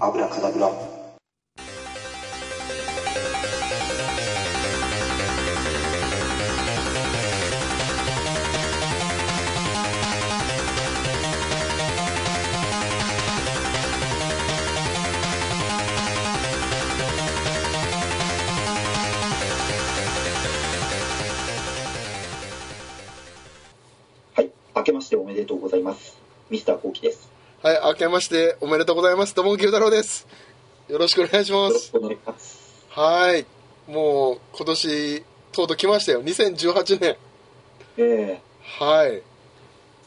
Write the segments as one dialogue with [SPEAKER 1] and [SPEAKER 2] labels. [SPEAKER 1] アブラカダブラ
[SPEAKER 2] はい、明けましておめでとうございます。ミスターコウキです。
[SPEAKER 3] はい、明けましておめでとうございます。どうも、牛太郎です。よろしくお願いしま
[SPEAKER 2] よろし
[SPEAKER 3] す。
[SPEAKER 2] くお願いします。
[SPEAKER 3] はい。もう、今年、とうとう来ましたよ。2018年。
[SPEAKER 2] え
[SPEAKER 3] はい。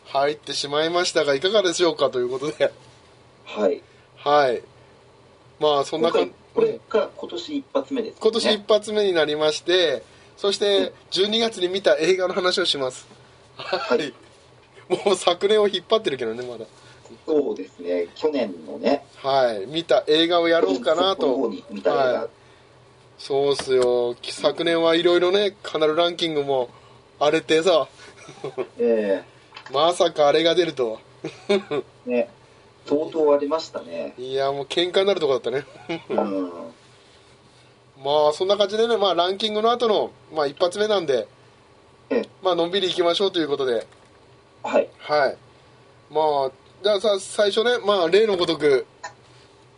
[SPEAKER 3] 入ってしまいましたが、いかがでしょうかということで。
[SPEAKER 2] ー、はい。
[SPEAKER 3] はい。まあ、そん
[SPEAKER 2] 今
[SPEAKER 3] な
[SPEAKER 2] 回
[SPEAKER 3] 感
[SPEAKER 2] これが今年一発目です、ね。
[SPEAKER 3] 今年一発目になりまして、そして、12月に見た映画の話をします。は
[SPEAKER 2] はい
[SPEAKER 3] い。もう昨年を引っ張ってるけどね、まだ。
[SPEAKER 2] そうですね。去年のね、
[SPEAKER 3] はい。見た映画をやろうかな
[SPEAKER 2] その方
[SPEAKER 3] と。
[SPEAKER 2] に見た映画、
[SPEAKER 3] はいそうっすよ昨年はいろいろねカナルランキングも荒れてさ
[SPEAKER 2] え
[SPEAKER 3] まさかあれが出るとは
[SPEAKER 2] ー、ね、相当ありましたね。
[SPEAKER 3] いやもう喧嘩になるとこだったね
[SPEAKER 2] うん。
[SPEAKER 3] まあそんな感じでね、まあ、ランキングの後のまあ一発目なんで
[SPEAKER 2] え
[SPEAKER 3] まあのんびりいきましょうということで
[SPEAKER 2] はい。
[SPEAKER 3] はいまあじゃあさ最初ねまあ例のごとく、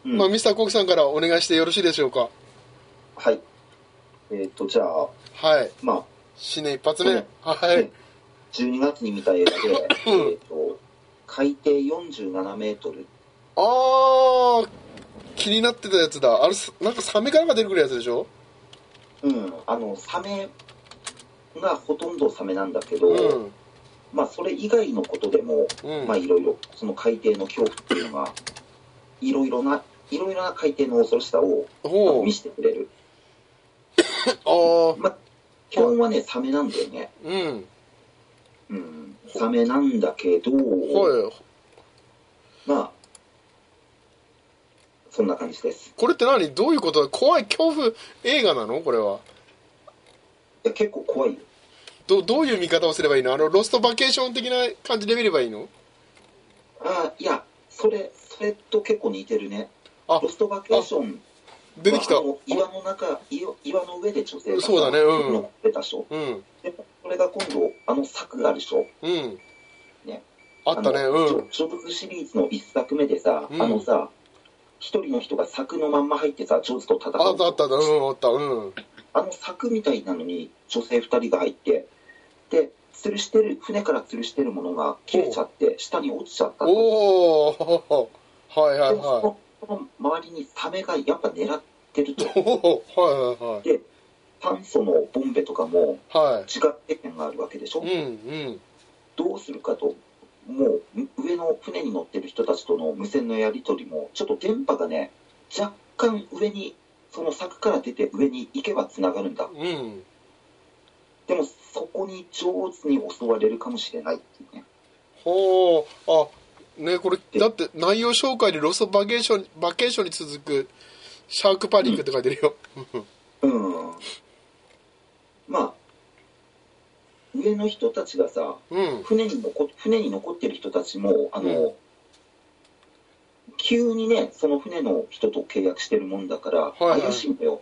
[SPEAKER 2] うん
[SPEAKER 3] まあ、ミスターコキさんからお願いしてよろしいでしょうか
[SPEAKER 2] はい。えっ、ー、と、じゃあ、
[SPEAKER 3] はい
[SPEAKER 2] まあ、
[SPEAKER 3] 新年一発目、
[SPEAKER 2] うん
[SPEAKER 3] は
[SPEAKER 2] うん
[SPEAKER 3] い
[SPEAKER 2] 12月に見た映画で、えっと、海底47メートル。
[SPEAKER 3] あー気になってたやつだあれなんかサメかなんか出てくるやつでしょ
[SPEAKER 2] うん。あの、サメがほとんどサメなんだけど、
[SPEAKER 3] うん
[SPEAKER 2] まあ、それ以外のことでも、
[SPEAKER 3] うん
[SPEAKER 2] まあ、いろいろ、その海底の恐怖っていうのが、いろいろな、いろいろな海底の恐ろしさをあ
[SPEAKER 3] ほ
[SPEAKER 2] の
[SPEAKER 3] う
[SPEAKER 2] 見せてくれる。
[SPEAKER 3] ああ
[SPEAKER 2] まあ、基本はね、サメなんだよね。
[SPEAKER 3] うん
[SPEAKER 2] うん。サメなんだけど、
[SPEAKER 3] はい
[SPEAKER 2] まあ、そんな感じです。
[SPEAKER 3] これって何どういうことだ怖い恐怖映画なのこれはい
[SPEAKER 2] や、結構怖いよ。
[SPEAKER 3] どどういう見方をすればいいのあのロストバケーション的な感じで見ればいいの
[SPEAKER 2] ああ、いや、それ、それと結構似てるね。
[SPEAKER 3] あ
[SPEAKER 2] ロストバケーション
[SPEAKER 3] 出てきた
[SPEAKER 2] まああの岩の中、岩岩の上で女性が
[SPEAKER 3] そうだねうん
[SPEAKER 2] 乗ってたでしょ。
[SPEAKER 3] うん
[SPEAKER 2] で、それが今度、あの柵があるでしょ。
[SPEAKER 3] うん
[SPEAKER 2] ね
[SPEAKER 3] あったね
[SPEAKER 2] あの
[SPEAKER 3] う
[SPEAKER 2] ジ
[SPEAKER 3] ん
[SPEAKER 2] ョジョブズシリーズの一作目でさ、
[SPEAKER 3] うん
[SPEAKER 2] あのさ、一人の人が柵のまんま入ってさ、ジョーズと戦う。
[SPEAKER 3] あったあったあったうんあったうん
[SPEAKER 2] あの柵みたいなのに女性二人が入って、で、吊るしてる、船から吊るしてるものが切れちゃって、下に落ちちゃったの。で
[SPEAKER 3] おおはいはい
[SPEAKER 2] も
[SPEAKER 3] は
[SPEAKER 2] その、その周りにサメがやっぱ狙って ると。
[SPEAKER 3] いおおはい
[SPEAKER 2] で、炭素のボンベとかも
[SPEAKER 3] はいはい
[SPEAKER 2] 違って点があるわけでしょ。
[SPEAKER 3] はいうん
[SPEAKER 2] どうするかと、もう上の船に乗ってる人たちとの無線のやり取りも、ちょっと電波がね、若干上に、その柵から出て上に行けばつながるんだ。
[SPEAKER 3] うんうん
[SPEAKER 2] でも、そこに上手に襲われるかもしれないっていうね。
[SPEAKER 3] ほうあねこれだって内容紹介でロストバケーションバケーションに続くシャークパニックって書いてるよ、
[SPEAKER 2] うん。まあ、上の人たちがさ、
[SPEAKER 3] うん。
[SPEAKER 2] 船に残船に残ってる人たちも、あの、
[SPEAKER 3] う
[SPEAKER 2] 急にね、その船の人と契約してるもんだから、
[SPEAKER 3] いはい
[SPEAKER 2] 怪しいんだよ。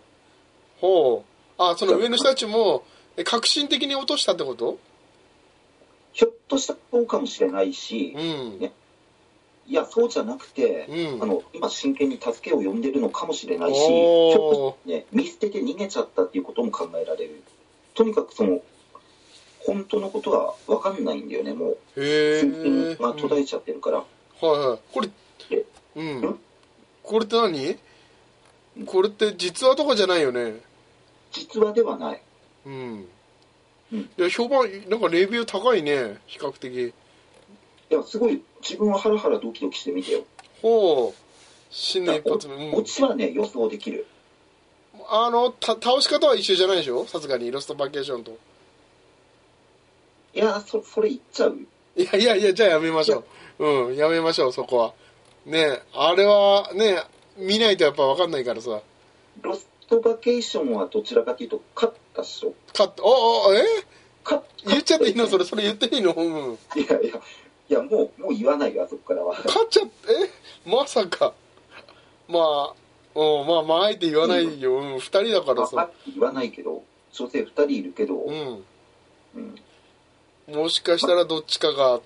[SPEAKER 3] ほう。あ、その上の人たちも、え革新的に落としたってこと
[SPEAKER 2] ひょっとしたらそうかもしれないし、
[SPEAKER 3] うん。
[SPEAKER 2] いや、そうじゃなくて、
[SPEAKER 3] うん。
[SPEAKER 2] あの今、真剣に助けを呼んでるのかもしれないし、ひ
[SPEAKER 3] おー
[SPEAKER 2] ょっと、ね、見捨てて逃げちゃったっていうことも考えられる、とにかくその、本当のことは分かんないんだよね、もう、
[SPEAKER 3] へえ。
[SPEAKER 2] 真剣
[SPEAKER 3] う
[SPEAKER 2] が
[SPEAKER 3] ん
[SPEAKER 2] 途絶えちゃってるから、
[SPEAKER 3] はいはい。これ
[SPEAKER 2] え、
[SPEAKER 3] うん
[SPEAKER 2] ん。
[SPEAKER 3] これって何これって実話とかじゃないよね。
[SPEAKER 2] 実話ではない、
[SPEAKER 3] うん。
[SPEAKER 2] うん
[SPEAKER 3] いや、評判、なんかレビュー高いね。比較的。
[SPEAKER 2] いや、すごい、自分はハラハラドキドキしてみてよ、
[SPEAKER 3] ほう。新年一発目。う
[SPEAKER 2] オ
[SPEAKER 3] ん。
[SPEAKER 2] チはね、予想できる、
[SPEAKER 3] あの、た倒し方は一緒じゃないでしょさすがに、ロストバケーションと。
[SPEAKER 2] いや、そそれ言っちゃう、
[SPEAKER 3] いやいやいや、じゃあやめましょう。うん、やめましょう、そこは。ねえあれはね、見ないとやっぱ分かんないからさ。
[SPEAKER 2] ロストバケーションはどちらかというと、勝ったっしょ、
[SPEAKER 3] カット、おお、え
[SPEAKER 2] 勝
[SPEAKER 3] 言っちゃっていいのそ
[SPEAKER 2] れ。
[SPEAKER 3] れ、それ言っていいのうん。
[SPEAKER 2] いやいや、いやもう、もう言わないよ、あそこからは。
[SPEAKER 3] 勝っちゃって、えまさか。まあ、うん、まあ、まあ、あえて言わないよ。うん、二人だから
[SPEAKER 2] まあ、は
[SPEAKER 3] さ。
[SPEAKER 2] っきり言わないけど、所詮2人いるけど、
[SPEAKER 3] うん。
[SPEAKER 2] うん
[SPEAKER 3] もしかしたらどっちかが、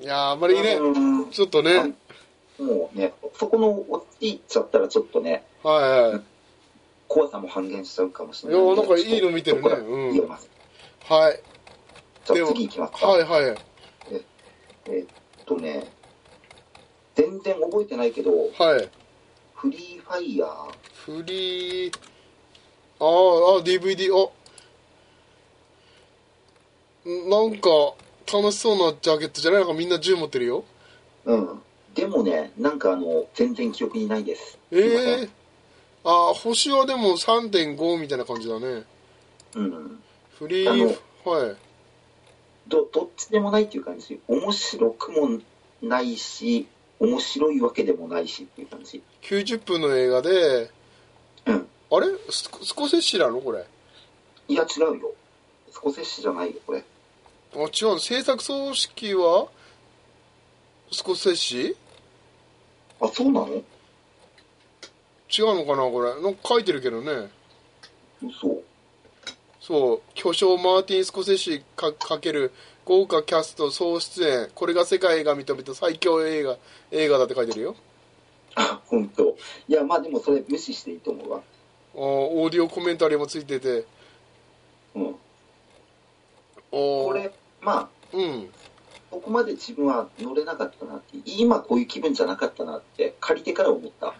[SPEAKER 3] いやー、あんまりね、
[SPEAKER 2] うん
[SPEAKER 3] ちょっとね、はい
[SPEAKER 2] もうね、そこの落ちちゃったら、ちょっとね、
[SPEAKER 3] はい。
[SPEAKER 2] 怖さも半減しちゃうかもしれないんで。
[SPEAKER 3] いやなんかいいの見てるね
[SPEAKER 2] ちょっとそこ
[SPEAKER 3] う
[SPEAKER 2] ら
[SPEAKER 3] ん
[SPEAKER 2] 言えます。
[SPEAKER 3] はい。
[SPEAKER 2] じ
[SPEAKER 3] で
[SPEAKER 2] ゃあ
[SPEAKER 3] も
[SPEAKER 2] 次行きますか。
[SPEAKER 3] はいはい。
[SPEAKER 2] えっとね、全然覚えてないけど、
[SPEAKER 3] はい。
[SPEAKER 2] フリーファイヤー、
[SPEAKER 3] フリー、あーあー、DVD、あんなんか、楽しそうなジャケットじゃないなんかみんな銃持ってるよ。
[SPEAKER 2] うん。でもね、なんかあの、全然記憶にないです。
[SPEAKER 3] ええー。ああ、星はでも3.5みたいな感じだね。
[SPEAKER 2] ー、うん。
[SPEAKER 3] フリ
[SPEAKER 2] あ
[SPEAKER 3] ー
[SPEAKER 2] の、
[SPEAKER 3] はい。
[SPEAKER 2] ど、どっちでもないっていう感じ。面白くもないし、面白いわけでもないしっていう感じ。
[SPEAKER 3] 90分の映画で、
[SPEAKER 2] うん
[SPEAKER 3] あれスコスコセッシなのこれ。
[SPEAKER 2] いや、違うよ。スコセッシじゃないよ、これ。
[SPEAKER 3] あ、違う。制作組織は、スコセッシ
[SPEAKER 2] あ、そうなの
[SPEAKER 3] 違うのかなこれ。なんか書いてるけどね。
[SPEAKER 2] 嘘。
[SPEAKER 3] そう。巨匠マーティン・スコセッシかかける豪華キャスト総出演。これが世界が認めた最強映画、映画だって書いてるよ。
[SPEAKER 2] あ、本当。いや、まあでもそれ無視していいと思うわ。
[SPEAKER 3] あーオーディオコメンタリーもついてて。
[SPEAKER 2] うん。
[SPEAKER 3] こ
[SPEAKER 2] これ、まあ、
[SPEAKER 3] うん。
[SPEAKER 2] ここまで自分は乗れなかったなって、今こういう気分じゃなかったなって、借りてから思った。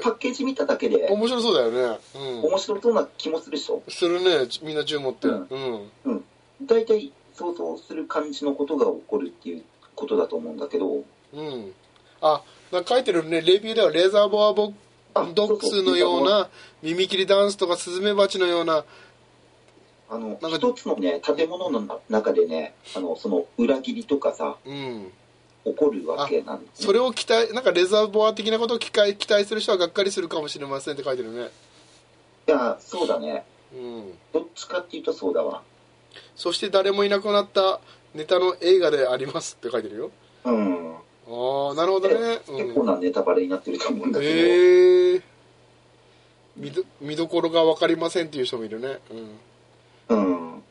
[SPEAKER 2] パッケージ見ただけで、
[SPEAKER 3] 面白そうだよね。うん。
[SPEAKER 2] 面白そうな気もするでしょ
[SPEAKER 3] するね。みんな銃持って。
[SPEAKER 2] うん
[SPEAKER 3] うん。
[SPEAKER 2] 大体想像する感じのことが起こるっていうことだと思うんだけど、
[SPEAKER 3] うん。あ、なんか書いてるね、レビューではレザーボアボ
[SPEAKER 2] あ
[SPEAKER 3] ドックスのよう
[SPEAKER 2] そう
[SPEAKER 3] な耳切りダンスとかスズメバチのような、
[SPEAKER 2] あの
[SPEAKER 3] なんか
[SPEAKER 2] 一つのね、建物のな中でね、あのその裏切りとかさ、
[SPEAKER 3] うん。
[SPEAKER 2] 起こるわけなんです、
[SPEAKER 3] それを期待、なんかレザーボア的なことを期待期待する人はがっかりするかもしれませんって書いてるね。
[SPEAKER 2] いや、そうだね。
[SPEAKER 3] うん。
[SPEAKER 2] どっちかっていうとそうだわ。
[SPEAKER 3] そして誰もいなくなったネタの映画でありますって書いてるよ。
[SPEAKER 2] うん。
[SPEAKER 3] ああ、なるほどね。
[SPEAKER 2] 結構
[SPEAKER 3] う
[SPEAKER 2] なネタバレになってると思うん
[SPEAKER 3] ん。
[SPEAKER 2] だけど、
[SPEAKER 3] へえー。見ど見どころが分かりませんっていう人もいるね。うん。
[SPEAKER 2] うん。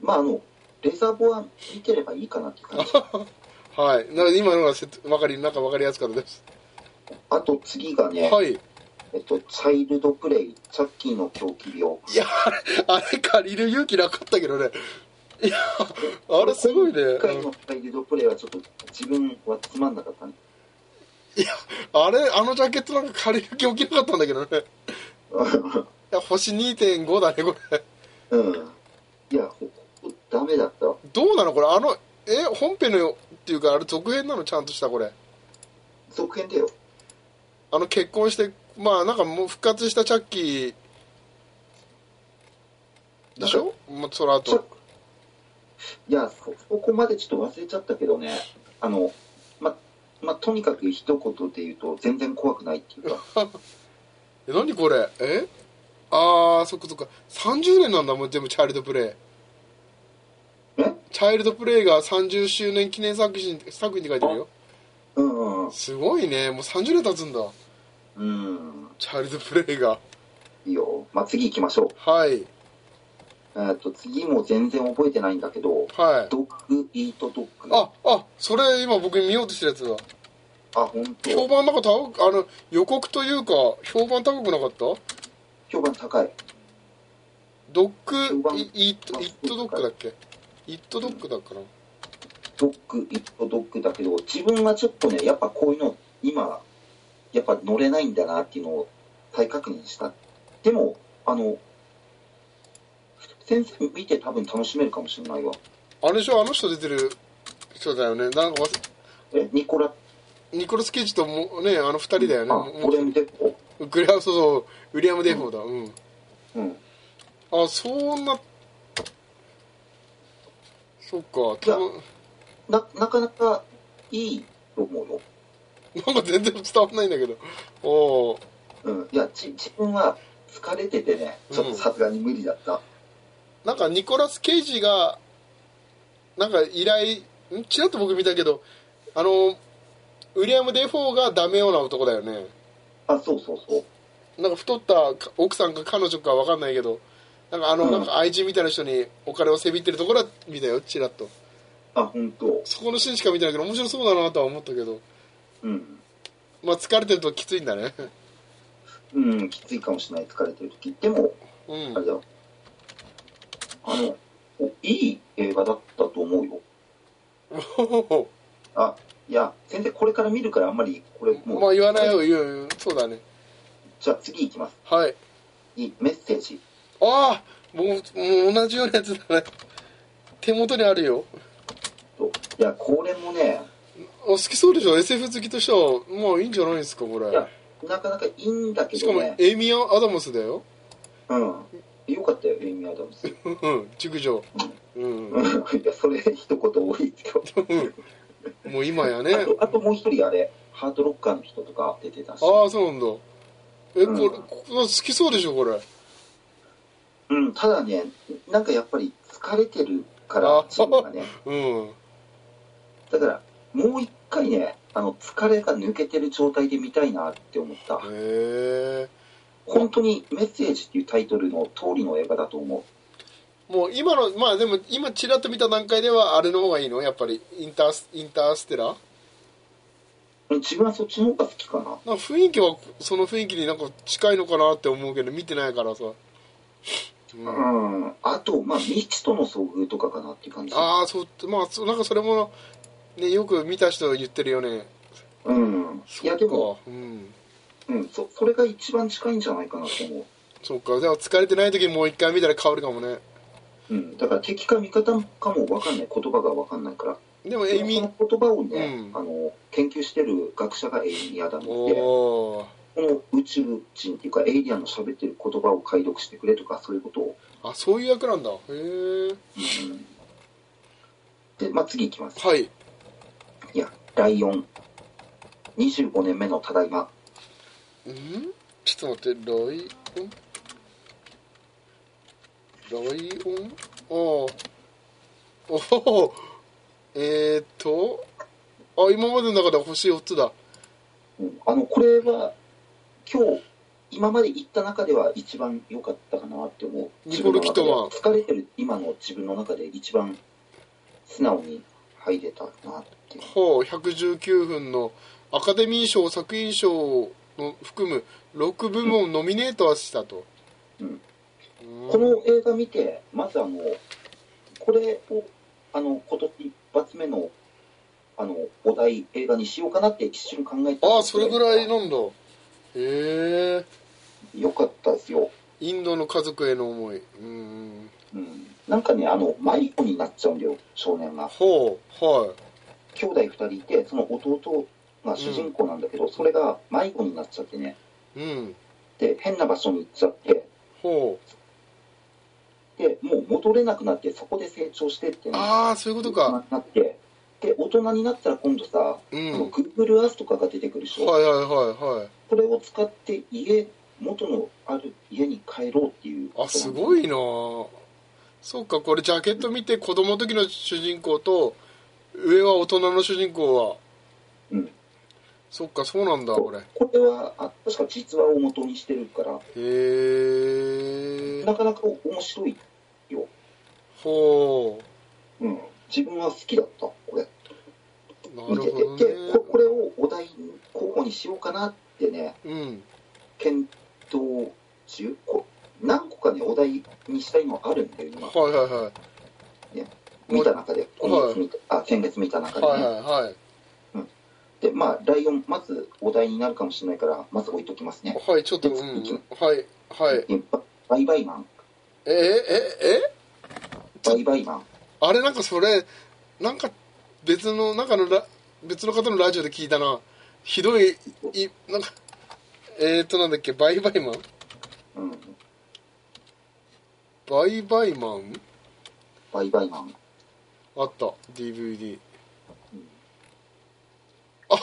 [SPEAKER 2] まあ、あの、レザーボア見てればいいかなっていう感じ。
[SPEAKER 3] はい。なので今のがせつわかり、なんか分かりやすかったです。
[SPEAKER 2] あと次がね、
[SPEAKER 3] はい。
[SPEAKER 2] えっと、チャイルドプレイ、チャッキーの狂気病。
[SPEAKER 3] いや、あれ、あれ借りる勇気なかったけどね。いや、あれすごいね。
[SPEAKER 2] 今回のチャイルドプレイはちょっと自分はつまんなかったね。
[SPEAKER 3] あれ、あのジャケットなんか借りる気起きなかったんだけどね。
[SPEAKER 2] う
[SPEAKER 3] いや、星2.5だね、これ。
[SPEAKER 2] ん。いや、ここダメだったわ。
[SPEAKER 3] どうなのこれ、あの、え、本編のよ、っていうか、あれ続編なのちゃんとした、これ。
[SPEAKER 2] 続編だよ。
[SPEAKER 3] あの、結婚して、まあ、なんかもう復活したチャッキー、でしょまあ、その
[SPEAKER 2] ちょ
[SPEAKER 3] 後。
[SPEAKER 2] いや、そそこまでちょっと忘れちゃったけどね、あの、ま、ま、とにかく一言で言うと、全然怖くないっていうか、
[SPEAKER 3] え、何これえあー、そっかそっか。30年なんだもん、全部チャイルドプレイ。
[SPEAKER 2] え
[SPEAKER 3] チャイルドプレイが30周年記念作品作品って書いてるよ
[SPEAKER 2] うんうんうん
[SPEAKER 3] すごいねもう30年経つんだ
[SPEAKER 2] うん、
[SPEAKER 3] チャイルドプレイが
[SPEAKER 2] いいよ。まあ、次行きましょう。
[SPEAKER 3] はい
[SPEAKER 2] えーっと、次も全然覚えてないんだけど、
[SPEAKER 3] はい
[SPEAKER 2] ドッグイートドッグ。
[SPEAKER 3] ああそれ今僕見ようとしてるやつだ
[SPEAKER 2] あ、本
[SPEAKER 3] 評
[SPEAKER 2] 当。
[SPEAKER 3] 判なんか高くあの予告というか評判高くなかった
[SPEAKER 2] 評判高い。
[SPEAKER 3] ドッグ
[SPEAKER 2] 判
[SPEAKER 3] イイットイットドッグだっけイットドッグだっかな
[SPEAKER 2] ドッグイートドッグだけど、自分はちょっとね、やっぱこういうの、今、やっぱ乗れないんだなっていうのを再確認した。でも、あの、先生見て多分楽しめるかもしれないわ。
[SPEAKER 3] あれでしょあの人出てる人だよねなんか忘れ
[SPEAKER 2] え、ニコラ、
[SPEAKER 3] ニコラス・ケイジともねあの二人だよね
[SPEAKER 2] あ、
[SPEAKER 3] も
[SPEAKER 2] オレンデコ。
[SPEAKER 3] うグラウそうそうウィリアム・デイフォーだうん
[SPEAKER 2] うん。
[SPEAKER 3] あそんなそっか多分
[SPEAKER 2] な、なかなかいいと思うよ。
[SPEAKER 3] なんか全然伝わんないんだけどおー
[SPEAKER 2] うん。いや、じ自分は疲れててね、ちょっとさすがに無理だった。
[SPEAKER 3] なんかニコラス・ケイジがなんか依頼んちらっと僕見たけどあのウィリアム・デフォーがダメような男だよね
[SPEAKER 2] あそうそうそう
[SPEAKER 3] なんか太ったか奥さんか彼女か分かんないけどなんかあの、
[SPEAKER 2] うん
[SPEAKER 3] なんか愛人みたいな人にお金をせびってるところは見たよチラッと
[SPEAKER 2] あ本当
[SPEAKER 3] そこのシーンしか見てないけど面白そうだなとは思ったけど
[SPEAKER 2] うん
[SPEAKER 3] まあ疲れてるときついんだね
[SPEAKER 2] うんきついかもしれない疲れてる時でも
[SPEAKER 3] う
[SPEAKER 2] あれ
[SPEAKER 3] ん
[SPEAKER 2] だよあのおいい映画だったと思うよあいや先生これから見るからあんまりこれもう、
[SPEAKER 3] まあ言わないよ言う言うそうだね
[SPEAKER 2] じゃあ次いきます
[SPEAKER 3] はい
[SPEAKER 2] いいメッセージ
[SPEAKER 3] ああもうもう同じようなやつだね手元にあるよ
[SPEAKER 2] といやこれもね
[SPEAKER 3] あ好きそうでしょ SF 好きとしてはもういいんじゃないですかこれ
[SPEAKER 2] いやなかなかいいんだけ
[SPEAKER 3] しか
[SPEAKER 2] ど
[SPEAKER 3] も
[SPEAKER 2] ね
[SPEAKER 3] エイミア・アダムスだよ
[SPEAKER 2] うんよかったよエイミー・アダムス
[SPEAKER 3] うん熟女うん
[SPEAKER 2] うんいやそれ一言多いけど
[SPEAKER 3] うんもう今 やね
[SPEAKER 2] あとあともう一人あれハードロッカーの人とか出てたし
[SPEAKER 3] ああそうなんだえ
[SPEAKER 2] うん
[SPEAKER 3] これこ好きそうでしょこれ
[SPEAKER 2] うん、ただね、なんかやっぱり疲れてるから
[SPEAKER 3] あ、
[SPEAKER 2] チームがね。
[SPEAKER 3] うん
[SPEAKER 2] だから、もう一回ね、あの、疲れが抜けてる状態で見たいなって思った。
[SPEAKER 3] へえ
[SPEAKER 2] 本当にメッセージっていうタイトルの通りの映画だと思
[SPEAKER 3] もう今のまあでも今ちらっと見た段階ではあれの方がいいのやっぱりインタースインターステラー
[SPEAKER 2] う。自分はそっちの方が好きかな。
[SPEAKER 3] なんか雰囲気はその雰囲気になんか近いのかなって思うけど見てないからさ、うんあ
[SPEAKER 2] うん。あと、まあ、未知との遭遇とかかなっていう感じ。
[SPEAKER 3] あそうまあそうなんかそれも、ね、よく見た人言ってるよね
[SPEAKER 2] うん。いや、でも、
[SPEAKER 3] そっかうん
[SPEAKER 2] うん、そ、それが一番近いんじゃないかなと思
[SPEAKER 3] そっかでも疲れてない時にもう一回見たら変わるかもね
[SPEAKER 2] う。うん。だから、敵か味方かもわかんない。言葉がわかんないから。
[SPEAKER 3] でも
[SPEAKER 2] そ
[SPEAKER 3] エイミー
[SPEAKER 2] の言葉をね、
[SPEAKER 3] うん
[SPEAKER 2] あの、研究してる学者がエイミー・アダムスで、
[SPEAKER 3] おお
[SPEAKER 2] この宇宙人っていうかエイリアンの喋ってる言葉を解読してくれとかそういうことを、
[SPEAKER 3] あそういう役なんだへえ
[SPEAKER 2] うんでまあ次いきます
[SPEAKER 3] はい
[SPEAKER 2] いやライオン25年目のただいま
[SPEAKER 3] んちょっと待ってライオンライオンああおおえー、っとあ今までの中で星4つだ
[SPEAKER 2] うんあのこれは今日今まで行った中では一番良かったかなって思う
[SPEAKER 3] ニコルキトマン
[SPEAKER 2] 自分の中で疲れてる今の自分の中で一番素直に入れたなっていう
[SPEAKER 3] ほう119分のアカデミー賞作品賞を含む6部門ノミネートはしたと、
[SPEAKER 2] うん
[SPEAKER 3] うん
[SPEAKER 2] この映画見て、まずあの、これを、あの、今年一発目の、あの、お題映画にしようかなって一瞬考えた
[SPEAKER 3] ああそれぐらい。なんだへえ
[SPEAKER 2] よかったですよ。
[SPEAKER 3] インドの家族への思いうん
[SPEAKER 2] うん。なんかね、あの、迷子になっちゃうんだよ、少年が。
[SPEAKER 3] ほうは
[SPEAKER 2] 兄弟二人いて、その弟が主人公なんだけど、それが迷子になっちゃってね。
[SPEAKER 3] いうん
[SPEAKER 2] で、変な場所に行っちゃって、
[SPEAKER 3] ほう
[SPEAKER 2] で、もう戻れなくなって、そこで成長してってね。
[SPEAKER 3] ああそういうこと
[SPEAKER 2] 大人
[SPEAKER 3] か
[SPEAKER 2] になって。で、大人になったら今度さ、
[SPEAKER 3] うん
[SPEAKER 2] あ
[SPEAKER 3] は
[SPEAKER 2] の
[SPEAKER 3] い
[SPEAKER 2] Google Earth とかが出てくるでしょ。
[SPEAKER 3] はいはいはい
[SPEAKER 2] これを使って家元のある家に帰ろうっていう
[SPEAKER 3] あす
[SPEAKER 2] い
[SPEAKER 3] ごいなあそうかこれジャケット見て子供の時の主人公と上は大人の主人公は
[SPEAKER 2] うん
[SPEAKER 3] そっかそうなんだこれへ
[SPEAKER 2] これはあ確か実話を元にしてるから
[SPEAKER 3] え
[SPEAKER 2] なかなか面白い、
[SPEAKER 3] ほ
[SPEAKER 2] うん、自分は好きだったこれ
[SPEAKER 3] うな
[SPEAKER 2] 見
[SPEAKER 3] る
[SPEAKER 2] て
[SPEAKER 3] ほ
[SPEAKER 2] て
[SPEAKER 3] ど
[SPEAKER 2] で
[SPEAKER 3] ね
[SPEAKER 2] ここれをお題候補にしようかなってね
[SPEAKER 3] うん
[SPEAKER 2] 検討中こ何個かねお題にしたいのあるんだよ今
[SPEAKER 3] はいはいはい
[SPEAKER 2] 見た中で今月見たあ先月見た中で、ね
[SPEAKER 3] はいはいはい
[SPEAKER 2] でまあライオンまずお題になるかもしれないからまず置いときますね、
[SPEAKER 3] はいちょっとうんはいはい
[SPEAKER 2] うんバイバイマン
[SPEAKER 3] ええええ
[SPEAKER 2] バイバイマン
[SPEAKER 3] あれなんかそれなんか別のなんかのラ別の方のラジオで聞いたなひどいいなんかえー、となんだっけバイバイマン
[SPEAKER 2] うん
[SPEAKER 3] バイバイマン
[SPEAKER 2] バイバイマン。
[SPEAKER 3] あった DVD あ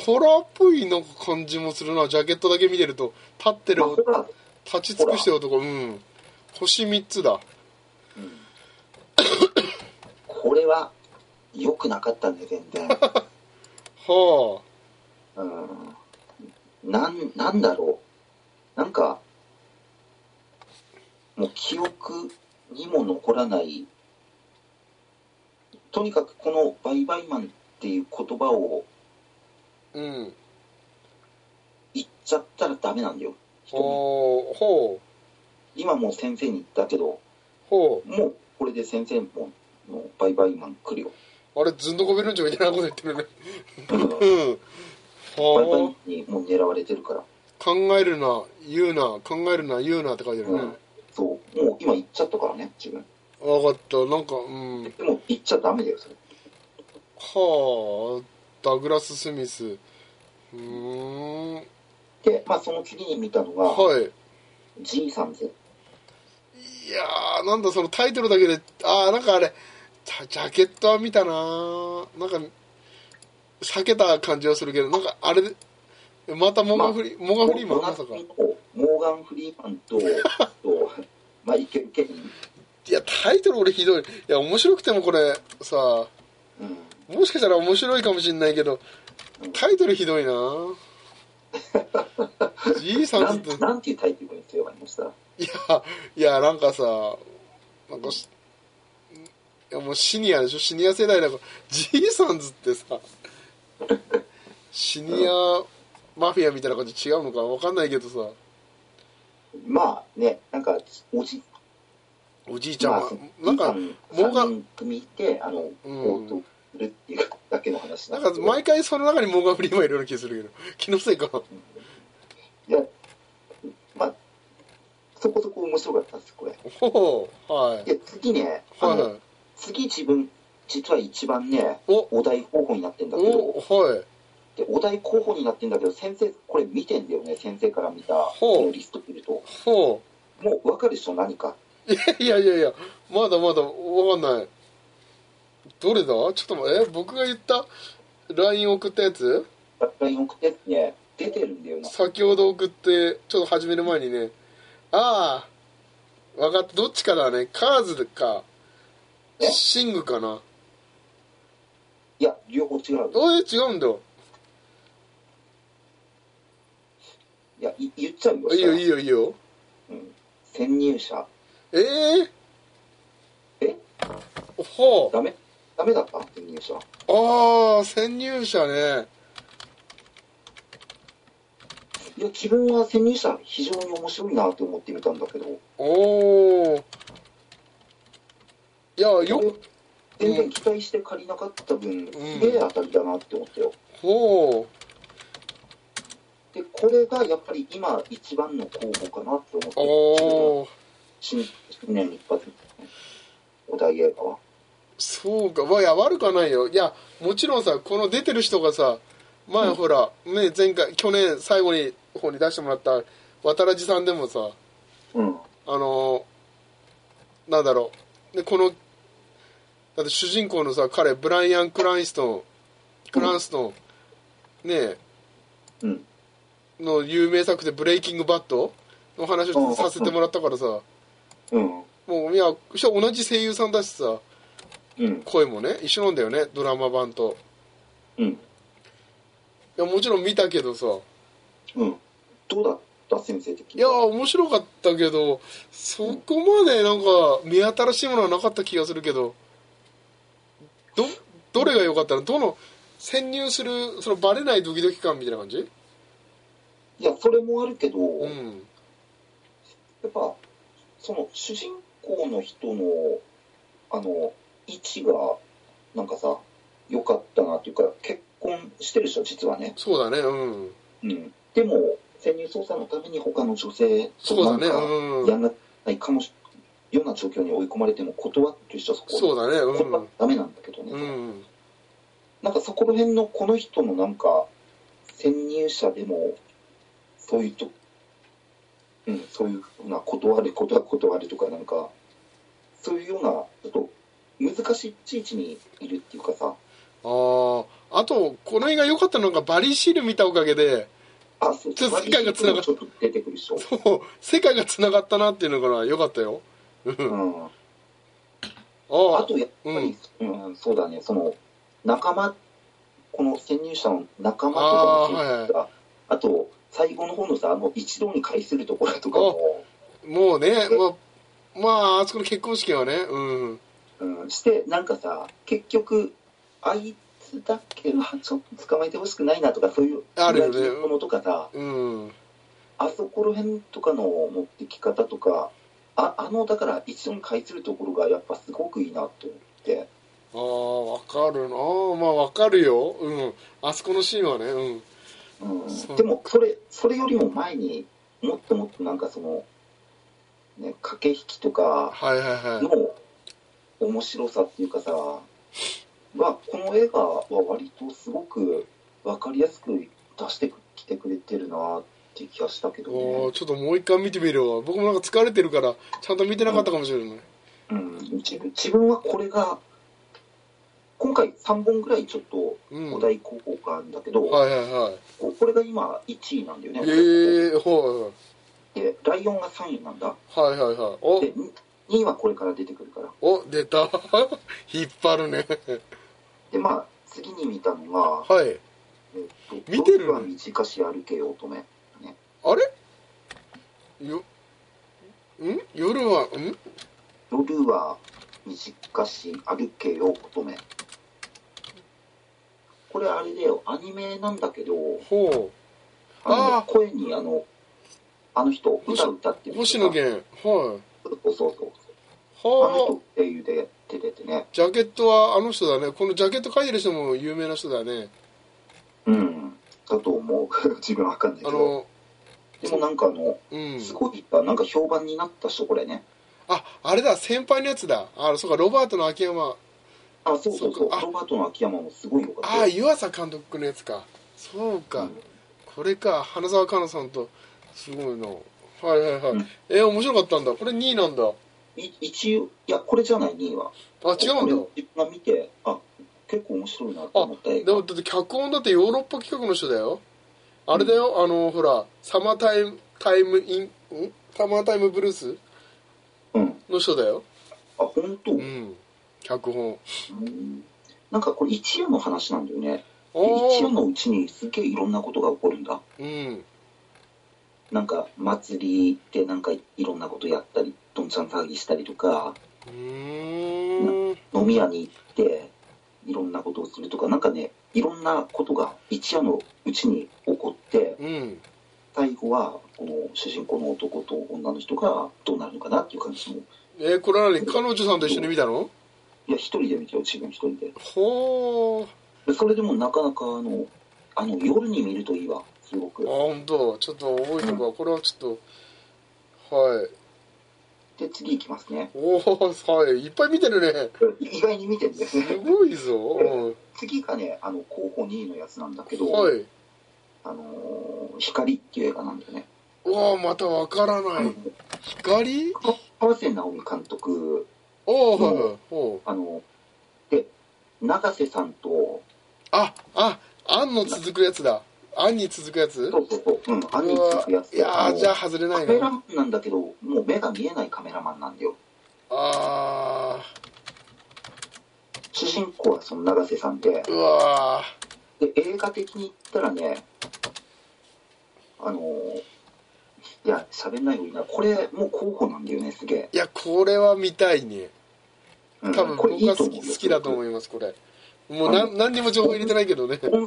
[SPEAKER 3] ホラーっぽいなんか感じもするなジャケットだけ見てると立ってる
[SPEAKER 2] まあホラー
[SPEAKER 3] 立ち尽くしてる男うん星3つだ
[SPEAKER 2] これは、良くなかったね、全然。
[SPEAKER 3] は
[SPEAKER 2] うんなんなんだろうなんかもう記憶にも残らないとにかくこの「バイバイマン」っていう言葉を
[SPEAKER 3] あうん
[SPEAKER 2] 言っちゃったらダメなんだよ人に
[SPEAKER 3] ほうほう
[SPEAKER 2] 今もう先生に言ったけど
[SPEAKER 3] ほ
[SPEAKER 2] もうこれで先生もの「バイバイマン」来るよ
[SPEAKER 3] うあれずんどこベルンチョみたいなこと言ってるね
[SPEAKER 2] うんバイ
[SPEAKER 3] うん
[SPEAKER 2] バイマ
[SPEAKER 3] は
[SPEAKER 2] ンにもう狙われてるから
[SPEAKER 3] あ考えるな言うな考えるな言うなって書いてあるね、
[SPEAKER 2] うんそうもう今言っちゃったからね自分
[SPEAKER 3] 分かったなんかうん
[SPEAKER 2] でも言っちゃダメだよそれ
[SPEAKER 3] はあダグラス・スミスうーん
[SPEAKER 2] でまあその次に見たのが
[SPEAKER 3] はい
[SPEAKER 2] 「じいさん」で
[SPEAKER 3] いやーなんだそのタイトルだけでああなんかあれジャジャケットは見たなーなんか避けた感じはするけどなんかあれでまたモガフリ、モガフリーマンまさかい
[SPEAKER 2] モーガン・フリーマンと、あと マイケル・ケイン、
[SPEAKER 3] やタイトル俺ひどいいや面白くてもこれさ
[SPEAKER 2] うん、
[SPEAKER 3] もしかしたら面白いかもしんないけどタイトルひどいなーじいさん
[SPEAKER 2] な
[SPEAKER 3] ずっ
[SPEAKER 2] ん
[SPEAKER 3] と
[SPEAKER 2] なんていうタイトルにすればいいのしたら、
[SPEAKER 3] いや、いや、なんかさ、なんかし、いやもうシニアでしょ、シニア世代だから、じいさんずってさ、シニアマフィアみたいな感じ違うのかわかんないけどさ、
[SPEAKER 2] まあね、なんか、おじ
[SPEAKER 3] おじいちゃん
[SPEAKER 2] ま
[SPEAKER 3] は
[SPEAKER 2] あ、、
[SPEAKER 3] なんか、モーガン
[SPEAKER 2] 3人組いて、あの、
[SPEAKER 3] うん
[SPEAKER 2] 応答するっていうだけの話
[SPEAKER 3] なん
[SPEAKER 2] だ
[SPEAKER 3] か毎回その中にモーガン・フリーマンいるような気するけど、気のせいか。
[SPEAKER 2] いや、まあ、そこそこ面白かったんです、これ。
[SPEAKER 3] ほほう、はい
[SPEAKER 2] い。や、次ね、あ
[SPEAKER 3] は
[SPEAKER 2] の
[SPEAKER 3] いはい。
[SPEAKER 2] 次自分、実は一番ね、
[SPEAKER 3] お、
[SPEAKER 2] お題候補になってんだけど、
[SPEAKER 3] お、はい。
[SPEAKER 2] でお題候補になってんだけど、先生、これ見てんだよね、先生から見た、
[SPEAKER 3] ほう
[SPEAKER 2] このリスト見ると。
[SPEAKER 3] ほ
[SPEAKER 2] もう分かるでしょ、何か。
[SPEAKER 3] う。いやいやいや、まだまだわかんない。どれだちょっと待って、え、僕が言った LINE 送ったやつ
[SPEAKER 2] LINE 送ってってね、出てるんだよな。
[SPEAKER 3] 先ほど送ってちょっと始める前にねああ分かったどっちかだねカーズか
[SPEAKER 2] え
[SPEAKER 3] シングかない
[SPEAKER 2] や、両方違う。
[SPEAKER 3] おえ違うんだよ
[SPEAKER 2] いや、い言っちゃうよ。
[SPEAKER 3] いいよい
[SPEAKER 2] い
[SPEAKER 3] いよいいよ
[SPEAKER 2] 潜入者。
[SPEAKER 3] ええ
[SPEAKER 2] え
[SPEAKER 3] ほう
[SPEAKER 2] ダメダメだった潜入者。
[SPEAKER 3] ああ潜入者ね
[SPEAKER 2] いや、自分は潜入者、非常に面白いなと思ってみたんだけど、
[SPEAKER 3] おおいやよ
[SPEAKER 2] これ全然期待して借りなかった分、すげえ当たりだなって思ったよ。
[SPEAKER 3] ほ
[SPEAKER 2] で、これがやっぱり今一番の候補かなって思っ
[SPEAKER 3] う
[SPEAKER 2] てる。
[SPEAKER 3] おお
[SPEAKER 2] 新新年一発目。お題映画は。
[SPEAKER 3] そうか、まあ、いや悪くはないよいやもちろんさこの出てる人がさ前、
[SPEAKER 2] うん
[SPEAKER 3] ほらね前回去年最後に方に出してもらった渡良地さんでもさ
[SPEAKER 2] うん。
[SPEAKER 3] あのーなんだろうでこのだって主人公のさ彼ブライアン・クラインストンクランストンね
[SPEAKER 2] うん。
[SPEAKER 3] の有名作で「ブレイキング・バット」の話をさせてもらったからさ
[SPEAKER 2] うん。
[SPEAKER 3] もういやそしたら同じ声優さんだしさ
[SPEAKER 2] うん。
[SPEAKER 3] 声もね一緒なんだよねドラマ版と
[SPEAKER 2] うん。
[SPEAKER 3] いやもちろん見たけどさ
[SPEAKER 2] うん。どうだった先生的
[SPEAKER 3] い
[SPEAKER 2] に
[SPEAKER 3] やー
[SPEAKER 2] は
[SPEAKER 3] 面白かったけどそこまでなんか目新しいものはなかった気がするけどどどれが良かったのどの潜入するそのバレないドキドキ感みたいな感じ
[SPEAKER 2] いや、それもあるけど、
[SPEAKER 3] う
[SPEAKER 2] や
[SPEAKER 3] ん
[SPEAKER 2] っぱ、その主人公の人の、あの、位置が、なんかさ、良かったなっていうか、結婚してるでしょ、実はね。
[SPEAKER 3] そうだねうん
[SPEAKER 2] うん。でも、潜入捜査のために他の女性と
[SPEAKER 3] そうだね
[SPEAKER 2] なんか
[SPEAKER 3] う
[SPEAKER 2] やん
[SPEAKER 3] ん
[SPEAKER 2] ないかもしような状況に追い込まれても断ってる人はそこ
[SPEAKER 3] そうだね
[SPEAKER 2] これは
[SPEAKER 3] う
[SPEAKER 2] ダメなんだけどね、
[SPEAKER 3] んうん
[SPEAKER 2] なんかそこら辺のこの人のなんか、潜入者でも、そういうと、うん、そういうふうな断り、断り、断りとかなんか、そういうような、ちょっと難しい地位置にいるっていうかさ、
[SPEAKER 3] あーあとこの映画良かったのがバリーシール見たおかげで
[SPEAKER 2] あ、そう、
[SPEAKER 3] ちょっと世界が繋がっ
[SPEAKER 2] ちょっと出てくるでしょ。
[SPEAKER 3] そう世界がつながったなっていうのが良かったようん
[SPEAKER 2] うん。
[SPEAKER 3] あ
[SPEAKER 2] あ
[SPEAKER 3] あ
[SPEAKER 2] と、やっぱり、うん、そうだね、その、仲間この潜入者の仲間とかもそうだしあ,、と最後の方のさあの一堂に会するところとかも、
[SPEAKER 3] もうね、まあ、まあ、あそこの結婚式はね、うん。
[SPEAKER 2] うん、してなんかさ結局あいつだけはちょっと捕まえてほしくないなとかそういう
[SPEAKER 3] あるよね
[SPEAKER 2] 裏切り者とかさ
[SPEAKER 3] うん。
[SPEAKER 2] あそこら辺とかの持ってき方とかああのだから一度に会するところがやっぱすごくいいなと思って
[SPEAKER 3] ああ、わかるな。まあ、わかるよ。うん。あそこのシーンはね、うん。
[SPEAKER 2] う
[SPEAKER 3] そ
[SPEAKER 2] ん、
[SPEAKER 3] う
[SPEAKER 2] でもそれそれよりも前にもっともっとなんかその、ね、駆け引きとか
[SPEAKER 3] はいはいはい。
[SPEAKER 2] の面白さっていうかさはこの映画は割とすごく分かりやすく出してきてくれてるなって気がしたけど
[SPEAKER 3] お
[SPEAKER 2] ね
[SPEAKER 3] ー、ちょっともう一回見てみるわ。僕もなんか疲れてるから、ちゃんと見てなかったかもしれない。
[SPEAKER 2] うん、自分自分はこれが今回3本ぐらいちょっと
[SPEAKER 3] うん。
[SPEAKER 2] お
[SPEAKER 3] はい
[SPEAKER 2] 題候補があるんだけど、
[SPEAKER 3] はいはい。
[SPEAKER 2] ここれが今1位なんだよね
[SPEAKER 3] え、えー、は
[SPEAKER 2] でライオンが3位なんだ
[SPEAKER 3] いはい。はいはいはい。お
[SPEAKER 2] で、2位はこれから出てくるから。
[SPEAKER 3] お、出た。 引っ張るね。
[SPEAKER 2] で、まあ、次に見たのが、
[SPEAKER 3] はい。
[SPEAKER 2] えっと、
[SPEAKER 3] 見てる
[SPEAKER 2] 僕は短し歩けよ乙女。
[SPEAKER 3] あれよ、ん夜は、ん
[SPEAKER 2] 夜は短し歩けよ乙女。これあれだよ、アニメなんだけど、
[SPEAKER 3] ほ
[SPEAKER 2] あの
[SPEAKER 3] あー
[SPEAKER 2] 声にあの、あの人、
[SPEAKER 3] 星
[SPEAKER 2] 歌歌って
[SPEAKER 3] う。
[SPEAKER 2] る
[SPEAKER 3] 星野
[SPEAKER 2] が
[SPEAKER 3] 源。は
[SPEAKER 2] そうそうそう。あ
[SPEAKER 3] い。
[SPEAKER 2] の
[SPEAKER 3] は
[SPEAKER 2] 人っていうで出ててね
[SPEAKER 3] あ。。ジャケットはあの人だね。このジャケット描いてる人も有名な人だね。
[SPEAKER 2] うん。だと思う。 自分わかんない
[SPEAKER 3] あ
[SPEAKER 2] けど。
[SPEAKER 3] の、
[SPEAKER 2] でもなんかあの、
[SPEAKER 3] うん。
[SPEAKER 2] すごい、なんか評判になった人、これね。
[SPEAKER 3] あ、あれだ、先輩のやつだ。あ、そうか、ロバートの秋山。
[SPEAKER 2] あ、そうそうそ。
[SPEAKER 3] そううかあ
[SPEAKER 2] ロバートの秋山もすごいよかったよ。
[SPEAKER 3] ああ、湯浅監督のやつか。そうか。
[SPEAKER 2] うん
[SPEAKER 3] これか、花澤香菜さんと。すごいな。はいはいはい。
[SPEAKER 2] うん
[SPEAKER 3] えー面白かったんだ。これ2位なんだ。あ、
[SPEAKER 2] い一応、いや、これじゃない、2位は。
[SPEAKER 3] 違うんだ。
[SPEAKER 2] これ自分が見て、あ、結構面白いなと思った映
[SPEAKER 3] で
[SPEAKER 2] 画
[SPEAKER 3] もだって脚本だってヨーロッパ企画の人だよあれだよ、あのほらサマータイムタイムインんサマータイムブルース
[SPEAKER 2] うん。
[SPEAKER 3] の人だよ
[SPEAKER 2] あ、本当、う、
[SPEAKER 3] うんん脚本
[SPEAKER 2] なんかこれ一夜の話なんだよね。
[SPEAKER 3] あ
[SPEAKER 2] で一夜
[SPEAKER 3] あ
[SPEAKER 2] のうちにすげえいろんなことが起こるんだ。
[SPEAKER 3] うん
[SPEAKER 2] なんか祭りでなんかいろんなことやったり、どんちゃん騒ぎしたりとか、
[SPEAKER 3] うーん
[SPEAKER 2] 飲み屋に行って、いろんなことをするとか、なんかね、いろんなことが一夜のうちに起こって、
[SPEAKER 3] うん
[SPEAKER 2] 最後は、この主人公の男と女の人がどうなるのかなっていう感じの
[SPEAKER 3] えーこれは何彼女さんと一緒に見たの
[SPEAKER 2] いや、一人で見てよ、自分一人で。
[SPEAKER 3] ほー
[SPEAKER 2] でそれでもなかなか、あの、あの、夜に見るといいわ、すご
[SPEAKER 3] あ
[SPEAKER 2] く。
[SPEAKER 3] 本当ちょっと覚えとくわこれはちょっとはい
[SPEAKER 2] で、次行きますね。
[SPEAKER 3] おおはいいっぱい見てるね
[SPEAKER 2] 意外に見てるんです
[SPEAKER 3] す
[SPEAKER 2] ね。
[SPEAKER 3] ごいぞ、
[SPEAKER 2] 次がね、あの、候補2位のやつなんだけ
[SPEAKER 3] う
[SPEAKER 2] ど、
[SPEAKER 3] ん、はい
[SPEAKER 2] あのー光っていう映画なんだよね。
[SPEAKER 3] うわまたわから
[SPEAKER 2] あ
[SPEAKER 3] な
[SPEAKER 2] の
[SPEAKER 3] い光
[SPEAKER 2] か川瀬直美監督、
[SPEAKER 3] おーはいはいおー
[SPEAKER 2] あの、で、永瀬さんと、
[SPEAKER 3] あああんの続くやつだあんに続くやつ
[SPEAKER 2] そうそうそう、うん、兄
[SPEAKER 3] うわ
[SPEAKER 2] 貴ってやつ
[SPEAKER 3] いや
[SPEAKER 2] あ
[SPEAKER 3] ー
[SPEAKER 2] の
[SPEAKER 3] じゃあ外れな
[SPEAKER 2] カ
[SPEAKER 3] い
[SPEAKER 2] メラ
[SPEAKER 3] な
[SPEAKER 2] マンなんだけど、もう目が見えないカメラマンなんだよ。
[SPEAKER 3] あ
[SPEAKER 2] 主人公はその永瀬さんで
[SPEAKER 3] ー、うわ
[SPEAKER 2] で映画的に言ったらねあのーいや喋んない方がいいなこれもう候補なんだよねすげえ、
[SPEAKER 3] ーいやこれは見たいね
[SPEAKER 2] うん
[SPEAKER 3] 多分
[SPEAKER 2] これ
[SPEAKER 3] 僕
[SPEAKER 2] いい
[SPEAKER 3] は
[SPEAKER 2] と
[SPEAKER 3] 好
[SPEAKER 2] 思う
[SPEAKER 3] き好きだと思いますこれもうな何にも情報入れてないけどね
[SPEAKER 2] 音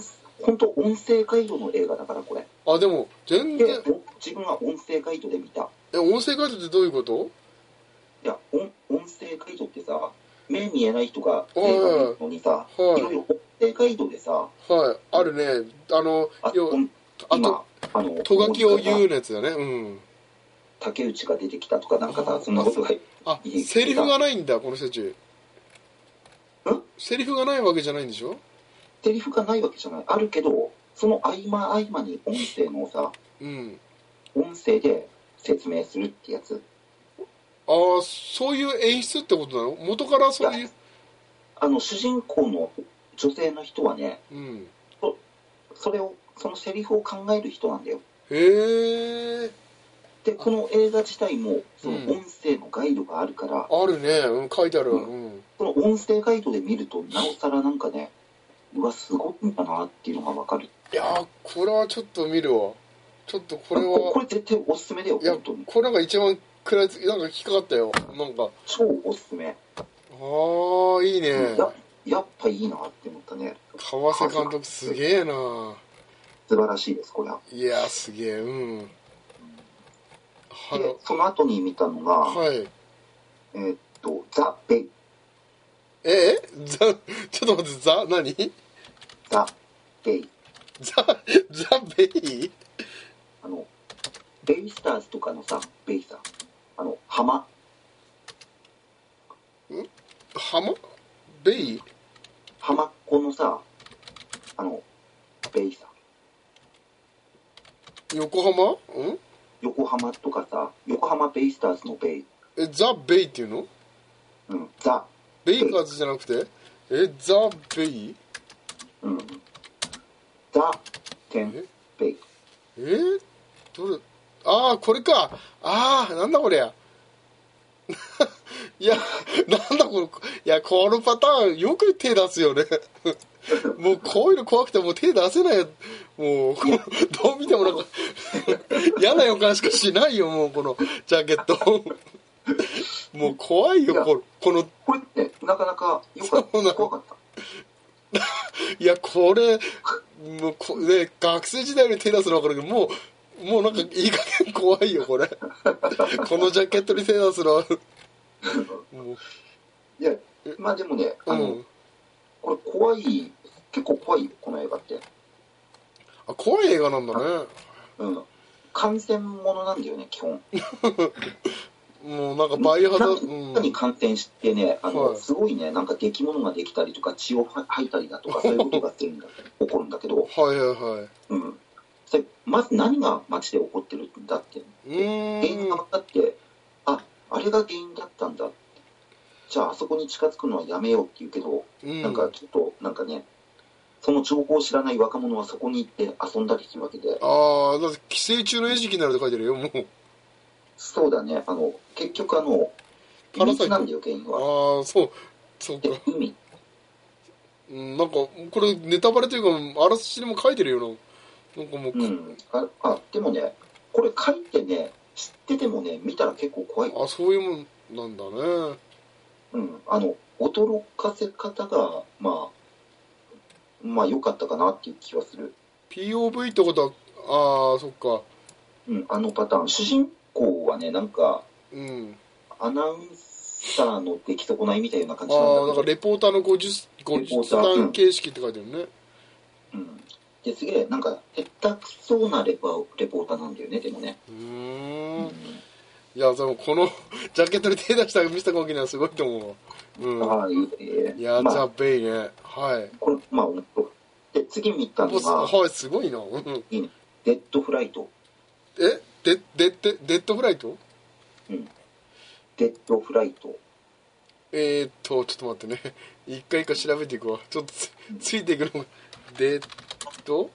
[SPEAKER 2] 本当音声ガイドの映画だからこれ
[SPEAKER 3] あでも全
[SPEAKER 2] で
[SPEAKER 3] 然
[SPEAKER 2] お自分は音声ガイドで見た
[SPEAKER 3] え音声ガイドってどういうこと
[SPEAKER 2] いや音音声ガイドってさ目見えない人が
[SPEAKER 3] はい
[SPEAKER 2] 映画見るのにさい
[SPEAKER 3] はい
[SPEAKER 2] ろいろ音声ガイドでさ
[SPEAKER 3] はいあるねあの
[SPEAKER 2] あ
[SPEAKER 3] 要
[SPEAKER 2] 音
[SPEAKER 3] あ
[SPEAKER 2] 今
[SPEAKER 3] と
[SPEAKER 2] あの
[SPEAKER 3] とがきを言
[SPEAKER 2] う
[SPEAKER 3] うのやつだねうん
[SPEAKER 2] 竹内が出てきたとかなんか
[SPEAKER 3] あ
[SPEAKER 2] さ
[SPEAKER 3] ー
[SPEAKER 2] そんなことが
[SPEAKER 3] あセリフがないんだこの人たちセリフがないわけじゃないんでしょ
[SPEAKER 2] セリフがないわけじゃないあるけどその合間合間に音声のさ
[SPEAKER 3] うん
[SPEAKER 2] 音声で説明するってやつ
[SPEAKER 3] ああそういう演出ってことなの元からそういう
[SPEAKER 2] あの主人公の女性の人はね
[SPEAKER 3] うん
[SPEAKER 2] それをそのセリフを考える人なんだよ
[SPEAKER 3] へえ
[SPEAKER 2] でこの映画自体もその
[SPEAKER 3] うん
[SPEAKER 2] 音声のガイドがあるから、
[SPEAKER 3] あるね、うん、書いてあるうん
[SPEAKER 2] その音声ガイドで見るとなおさらなんかねうわすごいんだなっていうのが分かる
[SPEAKER 3] いやーこれはちょっと見るわちょっとこれ
[SPEAKER 2] こ
[SPEAKER 3] は
[SPEAKER 2] れ絶対おすすめだよ
[SPEAKER 3] いや
[SPEAKER 2] 本当に
[SPEAKER 3] これが一番食らいつきなんか引っかかったよなんか
[SPEAKER 2] 超おすすめ、
[SPEAKER 3] ああいいね
[SPEAKER 2] ややっぱいいなって思ったね
[SPEAKER 3] 川瀬監督すげえな
[SPEAKER 2] 素晴らしいですこれはい
[SPEAKER 3] やーすげえうんは
[SPEAKER 2] で
[SPEAKER 3] ろ
[SPEAKER 2] その後に見たのが、
[SPEAKER 3] はい
[SPEAKER 2] えーっと「ザ・ベイ」
[SPEAKER 3] ええ ザちょっと待ってザ何
[SPEAKER 2] 「ザ・ベイ
[SPEAKER 3] ザザベイ」
[SPEAKER 2] あのベイスターズとかのさベイさあの浜
[SPEAKER 3] 浜ベイ
[SPEAKER 2] 浜っ子のさあのベイさ
[SPEAKER 3] 横浜ん
[SPEAKER 2] 横浜とかさ横浜ベイスターズのベイ、
[SPEAKER 3] えザベイっていうの
[SPEAKER 2] うん、ザ、
[SPEAKER 3] ベイカーズじゃなくてえザベイ
[SPEAKER 2] うん、ザ・テ
[SPEAKER 3] え
[SPEAKER 2] ン・ベイ
[SPEAKER 3] えー、どれああこれかああなんだこれや いやなんだこれいやこのパターンよく手出すよね もうこういうの怖くてもう 手出せないよもうこのどう見てもなんか 嫌な予感しかしないよもうこのジャケット もう怖いよ
[SPEAKER 2] いや
[SPEAKER 3] ここの
[SPEAKER 2] これってなかなか良かっ
[SPEAKER 3] そうな
[SPEAKER 2] た
[SPEAKER 3] の
[SPEAKER 2] 怖かった
[SPEAKER 3] いやこれもうこね学生時代に手出すのはこれもうもうなんかいい加減怖いよ これこのジャケットに手出すのはもう
[SPEAKER 2] いやまあでもねあ
[SPEAKER 3] う
[SPEAKER 2] の、
[SPEAKER 3] ん
[SPEAKER 2] これ怖い結構怖いよこの映画って、
[SPEAKER 3] あ怖い映画なんだね
[SPEAKER 2] うん、感染ものなんだよね基本
[SPEAKER 3] もうなんかバイオハザードうん
[SPEAKER 2] 何に感染してねあの、
[SPEAKER 3] はい
[SPEAKER 2] すごいねなんか出来物ができたりとか血を吐いたりだとかそういうことが出るんだ起こるんだけど、
[SPEAKER 3] はいはいはい
[SPEAKER 2] うん、それまず何が街で起こってるんだって
[SPEAKER 3] う
[SPEAKER 2] 原因
[SPEAKER 3] ー
[SPEAKER 2] が
[SPEAKER 3] ん
[SPEAKER 2] 分かってああれが原因だったんだじゃああそこに近づくのはやめようって言うけど
[SPEAKER 3] うん
[SPEAKER 2] なんかちょっとなんかねその情報を知らない若者はそこに行って遊んだりするわけで
[SPEAKER 3] ああだって寄生虫の餌食になるって書いてるよもう
[SPEAKER 2] そうだねあの結局あの
[SPEAKER 3] パラサ
[SPEAKER 2] 水
[SPEAKER 3] イト
[SPEAKER 2] なんだよ原因は
[SPEAKER 3] ああそうそうか
[SPEAKER 2] で、海
[SPEAKER 3] うん、なんかこれネタバレというかあらすじにも書いてるよななんかもう、
[SPEAKER 2] うん、ああでもねこれ書いてね知っててもね見たら結構怖い、
[SPEAKER 3] あそういうもんなんだね
[SPEAKER 2] うん、あの驚かせ方がまあまあ良かったかなっていう気はする、
[SPEAKER 3] POV ってことはああそっか
[SPEAKER 2] うん、あのパターン主人公はねなんか
[SPEAKER 3] うん
[SPEAKER 2] アナウンサーの出来損ないみたいな感じなん
[SPEAKER 3] ああ
[SPEAKER 2] だ
[SPEAKER 3] なん
[SPEAKER 2] け
[SPEAKER 3] か
[SPEAKER 2] ど、
[SPEAKER 3] レポーターの50
[SPEAKER 2] レポー
[SPEAKER 3] 50
[SPEAKER 2] ターうん
[SPEAKER 3] 段形式って書いてるね
[SPEAKER 2] うん、ですげえなんか下手くそなレポレポーターなんだよねでもね、
[SPEAKER 3] う
[SPEAKER 2] う
[SPEAKER 3] ーんいやでもこの ジャケットに手出した見せた時にはすごいと思うわ
[SPEAKER 2] はいえ
[SPEAKER 3] うん
[SPEAKER 2] ー
[SPEAKER 3] いや
[SPEAKER 2] ま
[SPEAKER 3] ザ・
[SPEAKER 2] あ
[SPEAKER 3] ベイねはい
[SPEAKER 2] これまあ面白いで次見た
[SPEAKER 3] も
[SPEAKER 2] の
[SPEAKER 3] うす
[SPEAKER 2] が
[SPEAKER 3] はいすごいなうん
[SPEAKER 2] デッドフライト
[SPEAKER 3] えでででデッドフライト
[SPEAKER 2] デッドフライト
[SPEAKER 3] えー、っとちょっと待ってね 一回一回調べていくわちょっとつついていくのがデッド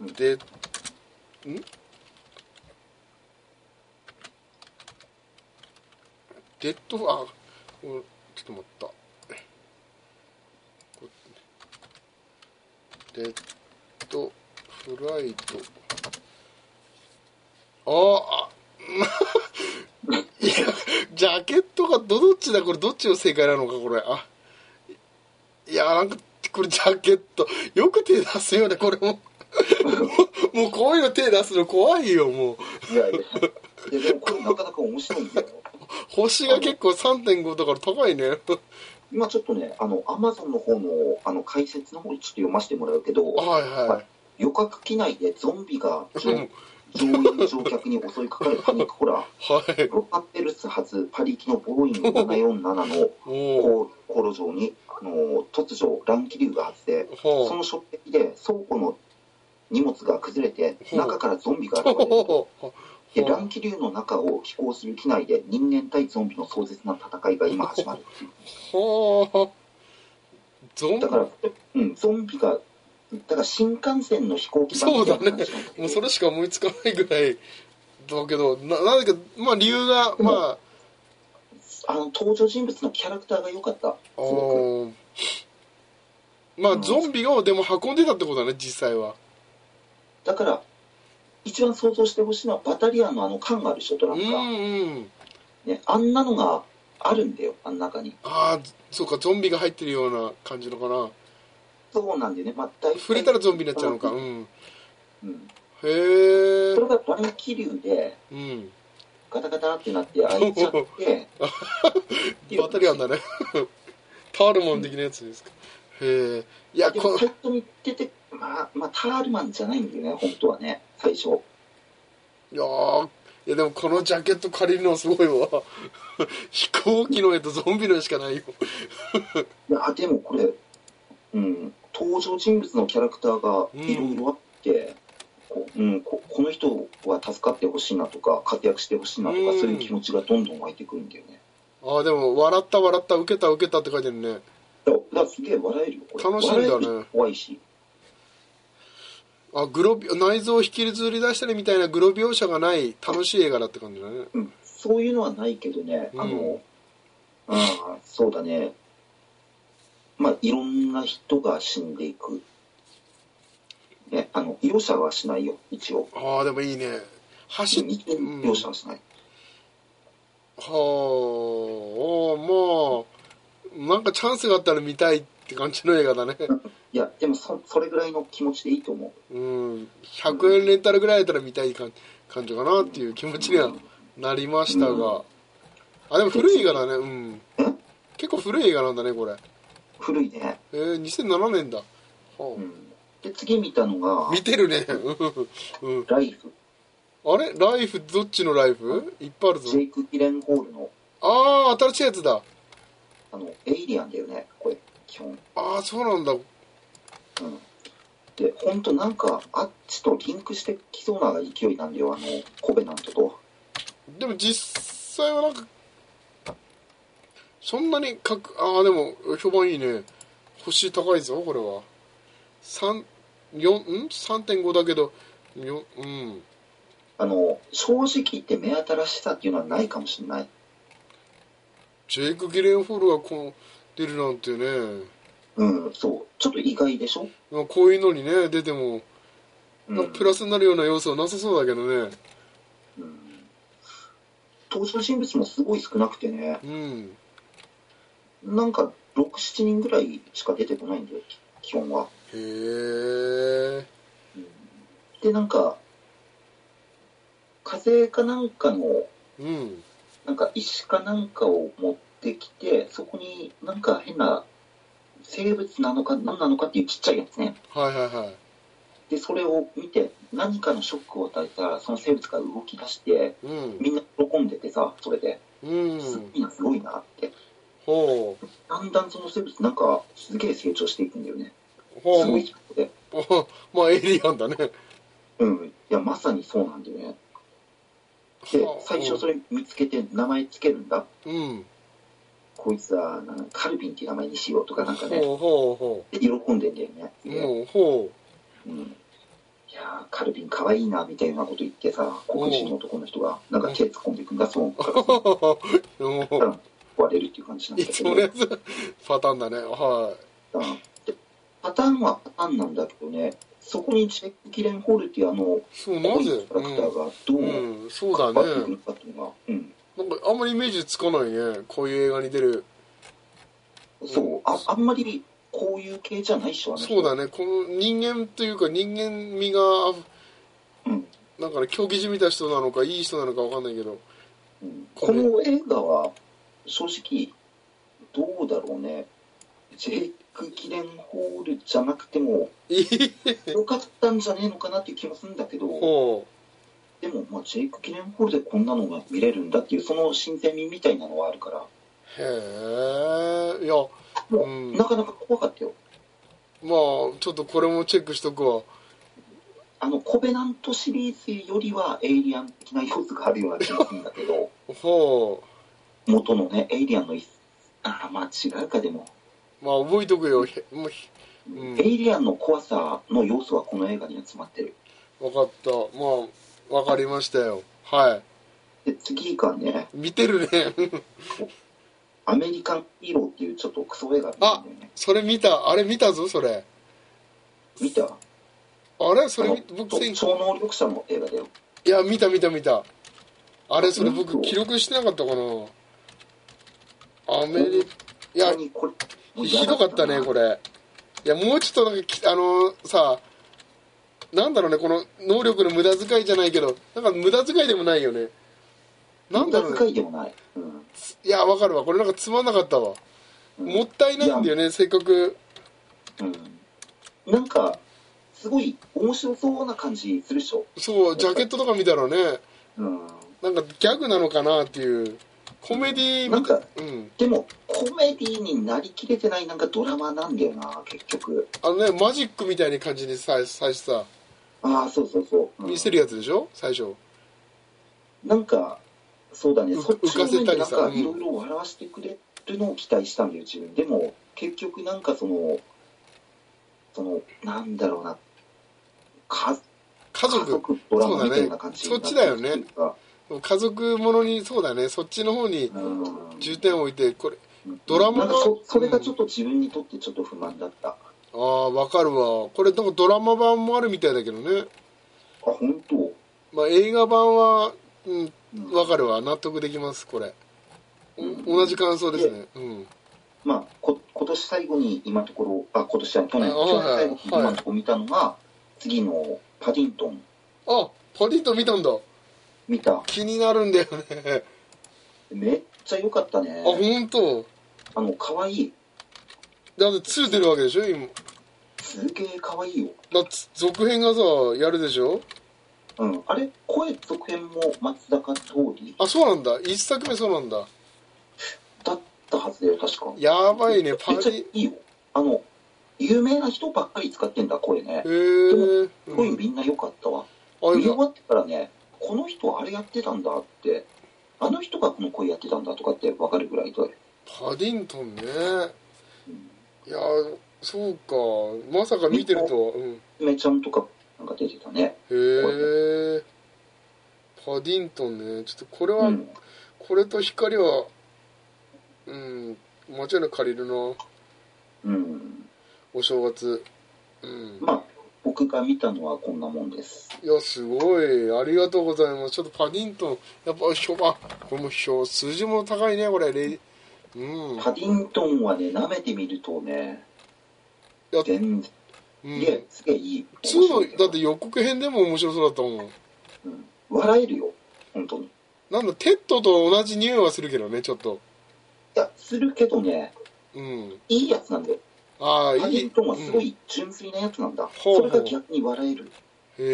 [SPEAKER 2] うん
[SPEAKER 3] デッんデッドあうんちょっと待ったこデッドフライトああいや、ジャケットがどどっちだこれどっちの正解なのかこれ。あ、いや、なんか、これジャケット、よく手出すよね、これも。 もうこういうの手出すの怖いよ、もう。
[SPEAKER 2] いやいやいやでもこれなかなか面白いんだよ
[SPEAKER 3] 星が結構3.5だから高いね。
[SPEAKER 2] 今ちょっとねあのアマゾンの方のあの解説の方にちょっと読ませてもらうけど
[SPEAKER 3] はいは
[SPEAKER 2] 旅客機内でゾンビが乗
[SPEAKER 3] うん
[SPEAKER 2] 乗員乗客に襲いかかるパニックホラー
[SPEAKER 3] い。はい。
[SPEAKER 2] プロパペルス発パリ行きのボーイング747の
[SPEAKER 3] もう、
[SPEAKER 2] 航航路上に、あのー突如乱気流が発生そ
[SPEAKER 3] ほ
[SPEAKER 2] の衝撃で倉庫の荷物が崩れて
[SPEAKER 3] ほう
[SPEAKER 2] 中からゾンビが
[SPEAKER 3] う。
[SPEAKER 2] 現れる
[SPEAKER 3] ほう。
[SPEAKER 2] で乱気流の中を飛行する機内で人間対ゾンビの壮絶な戦いが今始ま る
[SPEAKER 3] ほう。ゾンビ
[SPEAKER 2] だから、うん、ゾンビがだから新幹線の飛行機版みたいな感じなんだけど
[SPEAKER 3] もうそれしか思いつかないぐらいだけど、な、なんだか、まあ理由が、まあ、
[SPEAKER 2] あの登場人物のキャラクターが良かったす
[SPEAKER 3] あ
[SPEAKER 2] ご
[SPEAKER 3] ーまあ
[SPEAKER 2] うん
[SPEAKER 3] ゾンビがでも運んでたってことだね実際は
[SPEAKER 2] だから一番想像してほしいのはバタリアンのあの缶があるでしょト
[SPEAKER 3] う
[SPEAKER 2] ラン
[SPEAKER 3] ん
[SPEAKER 2] クが、
[SPEAKER 3] うん
[SPEAKER 2] ね、あんなのがあるんだよあん中に
[SPEAKER 3] ああそうかゾンビが入ってるような感じのかな
[SPEAKER 2] そうなんでねまあ大体
[SPEAKER 3] 触れたらゾンビになっちゃうのかうん
[SPEAKER 2] うん、
[SPEAKER 3] へえ
[SPEAKER 2] それが乱気流で
[SPEAKER 3] うん
[SPEAKER 2] ガタガタってな って開いちゃって
[SPEAKER 3] バタリアンだね タールマン的なやつですかへえいや
[SPEAKER 2] で
[SPEAKER 3] こ
[SPEAKER 2] も
[SPEAKER 3] の
[SPEAKER 2] サイトに出てまあまあタールマンじゃないんだよね本当はね最初
[SPEAKER 3] いやーいやでもこのジャケット借りるのすごいわ 飛行機の絵とゾンビの絵しかないよ
[SPEAKER 2] いやでもこれ、うん、登場人物のキャラクターがいろいろあって、こううんここの人は助かってほしいなとか活躍してほしいなとか、
[SPEAKER 3] うん
[SPEAKER 2] そういう気持ちがどんどん湧いてくるんだよね
[SPEAKER 3] ああでも「笑った笑った受けた受けた」って書いてるね
[SPEAKER 2] だからだからすげえ笑えるよこれ
[SPEAKER 3] 楽しいんだね
[SPEAKER 2] 笑えるし怖いし
[SPEAKER 3] あグロビ内臓を引きずり出したりみたいなグロ描写がない楽しい映画だって感じだね
[SPEAKER 2] うん、そういうのはないけどね、あの、ああ、そうだね。まあ、いろんな人が死んでいく。ね、あの、容赦はしないよ、一応。
[SPEAKER 3] ああでもいいね走っ
[SPEAKER 2] 一応
[SPEAKER 3] うん
[SPEAKER 2] 容赦はしない。
[SPEAKER 3] はあまあなんかチャンスがあったら見たいって感じの映画だね
[SPEAKER 2] いや、でもそ、それぐらいの気持ちでいいと思
[SPEAKER 3] うん100円レンタルぐらいだったら見たい感感じかなっていう気持ちにはなりましたが、
[SPEAKER 2] うん
[SPEAKER 3] あでも古い映画だねうん
[SPEAKER 2] うん
[SPEAKER 3] 結構古い映画なんだねこれ
[SPEAKER 2] う。古いね。
[SPEAKER 3] えー、2007年だ、は
[SPEAKER 2] う
[SPEAKER 3] あ
[SPEAKER 2] ん。で、次見たのが、
[SPEAKER 3] 見てるねうん
[SPEAKER 2] ライフ、
[SPEAKER 3] あれライフどっちのライフいっぱいあるぞ
[SPEAKER 2] ジェイク・ギレンホールの、
[SPEAKER 3] ああ新しいやつだ
[SPEAKER 2] あの、エイリアンだよね、これ、基本。
[SPEAKER 3] ああそうなんだ
[SPEAKER 2] うん。で、ほんとなんか、あっちとリンクしてきそうな勢いなんだよ、あの、コベナントと。
[SPEAKER 3] でも実際はなんかそんなにかくああでも評判いいね星高いぞこれは三四ん3.5だけどようん
[SPEAKER 2] あの、正直言って目新しさっていうのはないかもしれない。
[SPEAKER 3] ジェイク・ギレンホールがこう出るなんてね
[SPEAKER 2] うん、そう。ちょっと意外でしょ、
[SPEAKER 3] まあこういうのにね出ても
[SPEAKER 2] う
[SPEAKER 3] なん
[SPEAKER 2] ん
[SPEAKER 3] かプラスになるような要素はなさそうだけどね
[SPEAKER 2] うん登場人物もすごい少なくてね、
[SPEAKER 3] うん
[SPEAKER 2] なんか6、7人ぐらいしか出てこないんだよ、基本は。
[SPEAKER 3] へえ
[SPEAKER 2] で、なんか、風邪かなんかの、
[SPEAKER 3] うん
[SPEAKER 2] なんか石かなんかを持ってきて、そこになんか変な生物なのか何なのかっていうちっちゃいやつね。
[SPEAKER 3] はいはいはい
[SPEAKER 2] で、それを見て、何かのショックを与えたら、その生物が動き出して、
[SPEAKER 3] うん
[SPEAKER 2] みんな喜んでてさ、それで、
[SPEAKER 3] うん
[SPEAKER 2] すごいな、すごいなって。
[SPEAKER 3] ほう
[SPEAKER 2] だんだんその生物なんか、すげえ成長していくんだよね。
[SPEAKER 3] ほ
[SPEAKER 2] す
[SPEAKER 3] う
[SPEAKER 2] ごいスピードで。
[SPEAKER 3] あまあエイリアンだね
[SPEAKER 2] うん。いや、まさにそうなんだよね。で
[SPEAKER 3] はあ、
[SPEAKER 2] 最初それ見つけて名前つけるんだ。
[SPEAKER 3] うん
[SPEAKER 2] こいつは、なんかカルビンっていう名前にしようとかなんかね。
[SPEAKER 3] ほうほうほ
[SPEAKER 2] で、喜んでんだよね。
[SPEAKER 3] う
[SPEAKER 2] で
[SPEAKER 3] もうほ
[SPEAKER 2] うん。いやーカルビン可愛いな、みたいなこと言ってさ、黒人の男の人が、なんか手突っ込んでいくんだ、その、
[SPEAKER 3] うもう
[SPEAKER 2] 割れるっていう感じなん
[SPEAKER 3] い
[SPEAKER 2] だけ
[SPEAKER 3] つ
[SPEAKER 2] ど
[SPEAKER 3] もの。やつパターンだねは
[SPEAKER 2] うんでパターンはパターンなんだけどね、そこにチェック・ギレンホールっていうあの、
[SPEAKER 3] いそう
[SPEAKER 2] 濃
[SPEAKER 3] ない
[SPEAKER 2] キ
[SPEAKER 3] ぜ
[SPEAKER 2] ャラクターがどう
[SPEAKER 3] う
[SPEAKER 2] も
[SPEAKER 3] ん、うん、そうだ
[SPEAKER 2] ってく
[SPEAKER 3] ね
[SPEAKER 2] るかっていうのが、うん、
[SPEAKER 3] なんかあんまりイメージつかないねこういう映画に出る
[SPEAKER 2] そうあ、あんまりこういう系じゃないっしょ、あの人
[SPEAKER 3] そうだねこの人間というか人間味があふ
[SPEAKER 2] うん
[SPEAKER 3] なんかね狂気じみた人なのかいい人なのかわかんないけど
[SPEAKER 2] うん
[SPEAKER 3] こ
[SPEAKER 2] こ
[SPEAKER 3] れ
[SPEAKER 2] の映画は、正直、どうだろうね、ジェイク・ギレンホールじゃなくても、
[SPEAKER 3] いい
[SPEAKER 2] よかったんじゃねえのかなっていう気もするんだけど、
[SPEAKER 3] ほ
[SPEAKER 2] でも、まあ、ジェイク・ギレンホールでこんなのが見れるんだっていう、その新鮮味みたいなのはあるから、
[SPEAKER 3] うへえいやうん
[SPEAKER 2] なかなか怖かったよ。
[SPEAKER 3] まあちょっとこれもチェックしとくわ
[SPEAKER 2] あの、コベナントシリーズよりはエイリアン的な要素があるような気がするんだけ ど、
[SPEAKER 3] ほ
[SPEAKER 2] 元のね、エイリアンの一、ああ、まあ違うかでも、
[SPEAKER 3] うまあ覚えとくよへもうひうん
[SPEAKER 2] エイリアンの怖さの要素はこの映画には詰まってる。
[SPEAKER 3] わかった。まあ、わかりましたよ。は
[SPEAKER 2] で、次がね、
[SPEAKER 3] い。見てるね。
[SPEAKER 2] アメリカンヒーローっていうちょっとクソ映画見たんだよね。
[SPEAKER 3] それ見たあれ見たぞそれ
[SPEAKER 2] 見た
[SPEAKER 3] あれそれ
[SPEAKER 2] あ
[SPEAKER 3] 見
[SPEAKER 2] の
[SPEAKER 3] 僕先
[SPEAKER 2] 超能力者の映画だよ。
[SPEAKER 3] いや見た見た見たあれそれ
[SPEAKER 2] う
[SPEAKER 3] 僕
[SPEAKER 2] ん
[SPEAKER 3] 記録してなかったかなアメリいや
[SPEAKER 2] 本当にこれもう嫌
[SPEAKER 3] ひどかったねこれいやもうちょっとなんかきあのさなんだろうねこの能力の無駄遣いじゃないけどなんか無駄遣いでもないよねなんだろ
[SPEAKER 2] 無
[SPEAKER 3] う
[SPEAKER 2] 駄遣
[SPEAKER 3] ね
[SPEAKER 2] いでもない。うん。
[SPEAKER 3] いやわかるわこれなんかつまんなかったわ
[SPEAKER 2] うん
[SPEAKER 3] もったいないんだよねせっかく
[SPEAKER 2] うん。なんか、すごい面白そうな感じするでしょ。
[SPEAKER 3] そうジャケットとか見たらね
[SPEAKER 2] うん。
[SPEAKER 3] なんかギャグなのかなっていうコメディー
[SPEAKER 2] なん
[SPEAKER 3] みたい
[SPEAKER 2] か
[SPEAKER 3] うん
[SPEAKER 2] でも、コメディになりきれてないなんかドラマなんだよな、結局。
[SPEAKER 3] あのねマジックみたいな感じにさ最初さ
[SPEAKER 2] ああ、そうそうそう。うん
[SPEAKER 3] 見せるやつでしょ最初
[SPEAKER 2] なんか、そうだね、
[SPEAKER 3] う
[SPEAKER 2] そっちの面でなん
[SPEAKER 3] 浮かせた
[SPEAKER 2] か
[SPEAKER 3] りさ
[SPEAKER 2] いろいろ笑わせてくれるのを期待したんだよ、自分。でも、結局なんかその、その、なんだろうな、か
[SPEAKER 3] 家
[SPEAKER 2] 家
[SPEAKER 3] 族
[SPEAKER 2] 族ドラマみたいな感じになってるっていうか
[SPEAKER 3] 家族ものにそうだねそっちの方に
[SPEAKER 2] うん
[SPEAKER 3] 重点を置いてこれ
[SPEAKER 2] ド
[SPEAKER 3] ドラ
[SPEAKER 2] ラ
[SPEAKER 3] マの
[SPEAKER 2] マなんかそそれがちょっと自分にとってちょっと不満だった。あ、
[SPEAKER 3] ああわかるわこれなんかドラマ版もあるみたいだけどね、
[SPEAKER 2] 本当
[SPEAKER 3] まあ、映画版はうん
[SPEAKER 2] うん
[SPEAKER 3] わかるわ納得できますこれお同じ感想ですねうん
[SPEAKER 2] まあ、こ今年最後に今のところ、あ、今年じゃない去年、
[SPEAKER 3] あ
[SPEAKER 2] 去年
[SPEAKER 3] はい
[SPEAKER 2] 最後に今のところ見たのが、次のパディントン
[SPEAKER 3] あパディントン見たんだ
[SPEAKER 2] 見た。
[SPEAKER 3] 気になるんだよね
[SPEAKER 2] めっちゃ良かった
[SPEAKER 3] あ
[SPEAKER 2] ね。
[SPEAKER 3] 本当
[SPEAKER 2] あの、可愛い。
[SPEAKER 3] だって2出るわけでしょ今
[SPEAKER 2] すげえ可愛いよ。
[SPEAKER 3] だって続編がさやるでしょ
[SPEAKER 2] うん。あれ声続編も松坂桃李
[SPEAKER 3] あそうなんだ1作目そうなんだ
[SPEAKER 2] だったはずだよ、確か。
[SPEAKER 3] やばいねパ
[SPEAKER 2] めっちゃ
[SPEAKER 3] リ
[SPEAKER 2] いいよ。あの、有名な人ばっかり使ってんだ、声ね
[SPEAKER 3] へ。え
[SPEAKER 2] 声みんな良かったわ。
[SPEAKER 3] あ
[SPEAKER 2] 見
[SPEAKER 3] い
[SPEAKER 2] 終
[SPEAKER 3] や
[SPEAKER 2] わってからね、この人あれやってたんだって、あの人がこの声やってたんだとかって分かるぐらいで。
[SPEAKER 3] パディントンね
[SPEAKER 2] うん
[SPEAKER 3] いやそうかまさか見てるとは、うん、へ
[SPEAKER 2] めちゃんとかなんか出てたね。
[SPEAKER 3] えパディントンねちょっとこれ
[SPEAKER 2] う
[SPEAKER 3] は、
[SPEAKER 2] ん。
[SPEAKER 3] これと光はうん間違いなく借りるな
[SPEAKER 2] うん。
[SPEAKER 3] お正月うん
[SPEAKER 2] まあ、僕が見たのはこんなもんです。
[SPEAKER 3] いやすごいありがとうございますちょっとパディントンやっぱ評判これも評数字も高いねこれレうん
[SPEAKER 2] パディントンはね、舐めてみるとね
[SPEAKER 3] や、
[SPEAKER 2] 全然、
[SPEAKER 3] うん
[SPEAKER 2] すげえいい。
[SPEAKER 3] 2
[SPEAKER 2] 面白い
[SPEAKER 3] のだって予告編でも面白そうだったもん
[SPEAKER 2] うん笑えるよ、本当に。い
[SPEAKER 3] なんだテッドと同じ匂いはするけどねちょっと
[SPEAKER 2] や、するけどね、
[SPEAKER 3] うん
[SPEAKER 2] いいやつなんだよ。
[SPEAKER 3] ああ
[SPEAKER 2] パデ
[SPEAKER 3] い
[SPEAKER 2] ィ
[SPEAKER 3] い
[SPEAKER 2] ントンはすご
[SPEAKER 3] うん
[SPEAKER 2] い純粋なやつなんだ。
[SPEAKER 3] ほうほ
[SPEAKER 2] そうれが逆に笑える。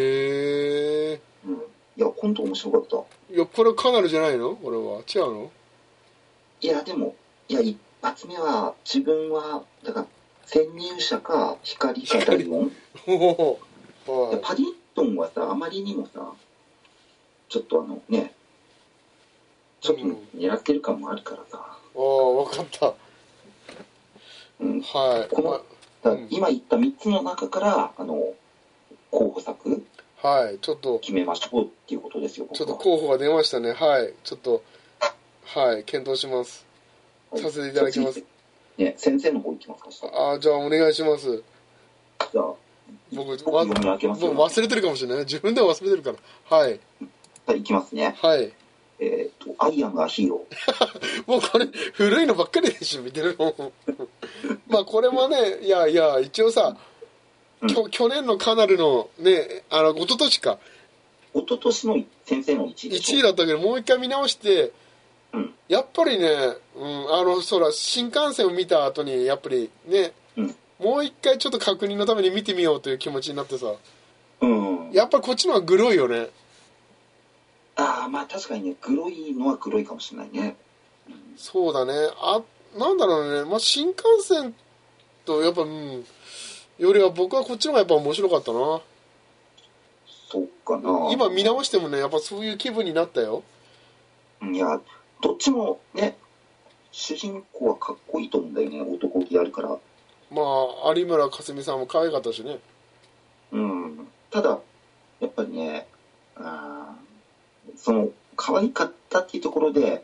[SPEAKER 3] へえ
[SPEAKER 2] うん。いや、本当面白かった。
[SPEAKER 3] いやこれカナルじゃないのこれは違うの
[SPEAKER 2] いや、でも、いや、一発目は、自分は、だから、潜入者か、光かライオン。
[SPEAKER 3] ほほほ
[SPEAKER 2] で
[SPEAKER 3] はい
[SPEAKER 2] パディントンはさ、あまりにもさ、ちょっとあの、ね、ちょっと
[SPEAKER 3] うん
[SPEAKER 2] 狙ってる感もあるからさ、
[SPEAKER 3] ああわかった
[SPEAKER 2] うん。だ
[SPEAKER 3] はい
[SPEAKER 2] このから今言った3つの中から、あの、候補作
[SPEAKER 3] はいちょっと
[SPEAKER 2] 決めましょうっていうことですよ、僕
[SPEAKER 3] ちょ
[SPEAKER 2] は
[SPEAKER 3] っと候補が出ましたねはいちょっとはい検討しますさせていただきま。
[SPEAKER 2] は
[SPEAKER 3] す
[SPEAKER 2] いね、先生の方行きますか、したら
[SPEAKER 3] ああじゃあお願いします
[SPEAKER 2] じゃあ、
[SPEAKER 3] 僕
[SPEAKER 2] 僕
[SPEAKER 3] わ
[SPEAKER 2] 読み上げます
[SPEAKER 3] 僕
[SPEAKER 2] よ、
[SPEAKER 3] 忘れてるかもしれない自分でも忘れてるからはい
[SPEAKER 2] はい、行きますね。
[SPEAKER 3] はい
[SPEAKER 2] えっ、と、アイアンがヒーロー。
[SPEAKER 3] もうこれ古いのばっかりでしょ見てるの まあこれもねいやいや一応さ、
[SPEAKER 2] うん
[SPEAKER 3] きょ去年のカナルのねあの一昨年か
[SPEAKER 2] 一昨年の先生の1位でしょ
[SPEAKER 3] 1位だったけどもう一回見直して、
[SPEAKER 2] うん
[SPEAKER 3] やっぱりね、うん、あのそら新幹線を見た後にやっぱりね、
[SPEAKER 2] うん
[SPEAKER 3] もう一回ちょっと確認のために見てみようという気持ちになってさ
[SPEAKER 2] うん。
[SPEAKER 3] やっぱりこっちのはグロいよね
[SPEAKER 2] ああ、まあ確かにね、黒いのは黒いかもしれないね。
[SPEAKER 3] そうだねあなんだろうね、まあ、新幹線とやっぱうんよりは僕はこっちの方がやっぱ面白かったな
[SPEAKER 2] そうかな。
[SPEAKER 3] 今見直してもねやっぱそういう気分になったよ
[SPEAKER 2] いや、どっちもね、主人公はかっこいいと思うんだよね、男気あるから。
[SPEAKER 3] まあ有村架純さんも可愛かったしね
[SPEAKER 2] うん。ただ、やっぱりね、 あーその、可愛かったっていうところで、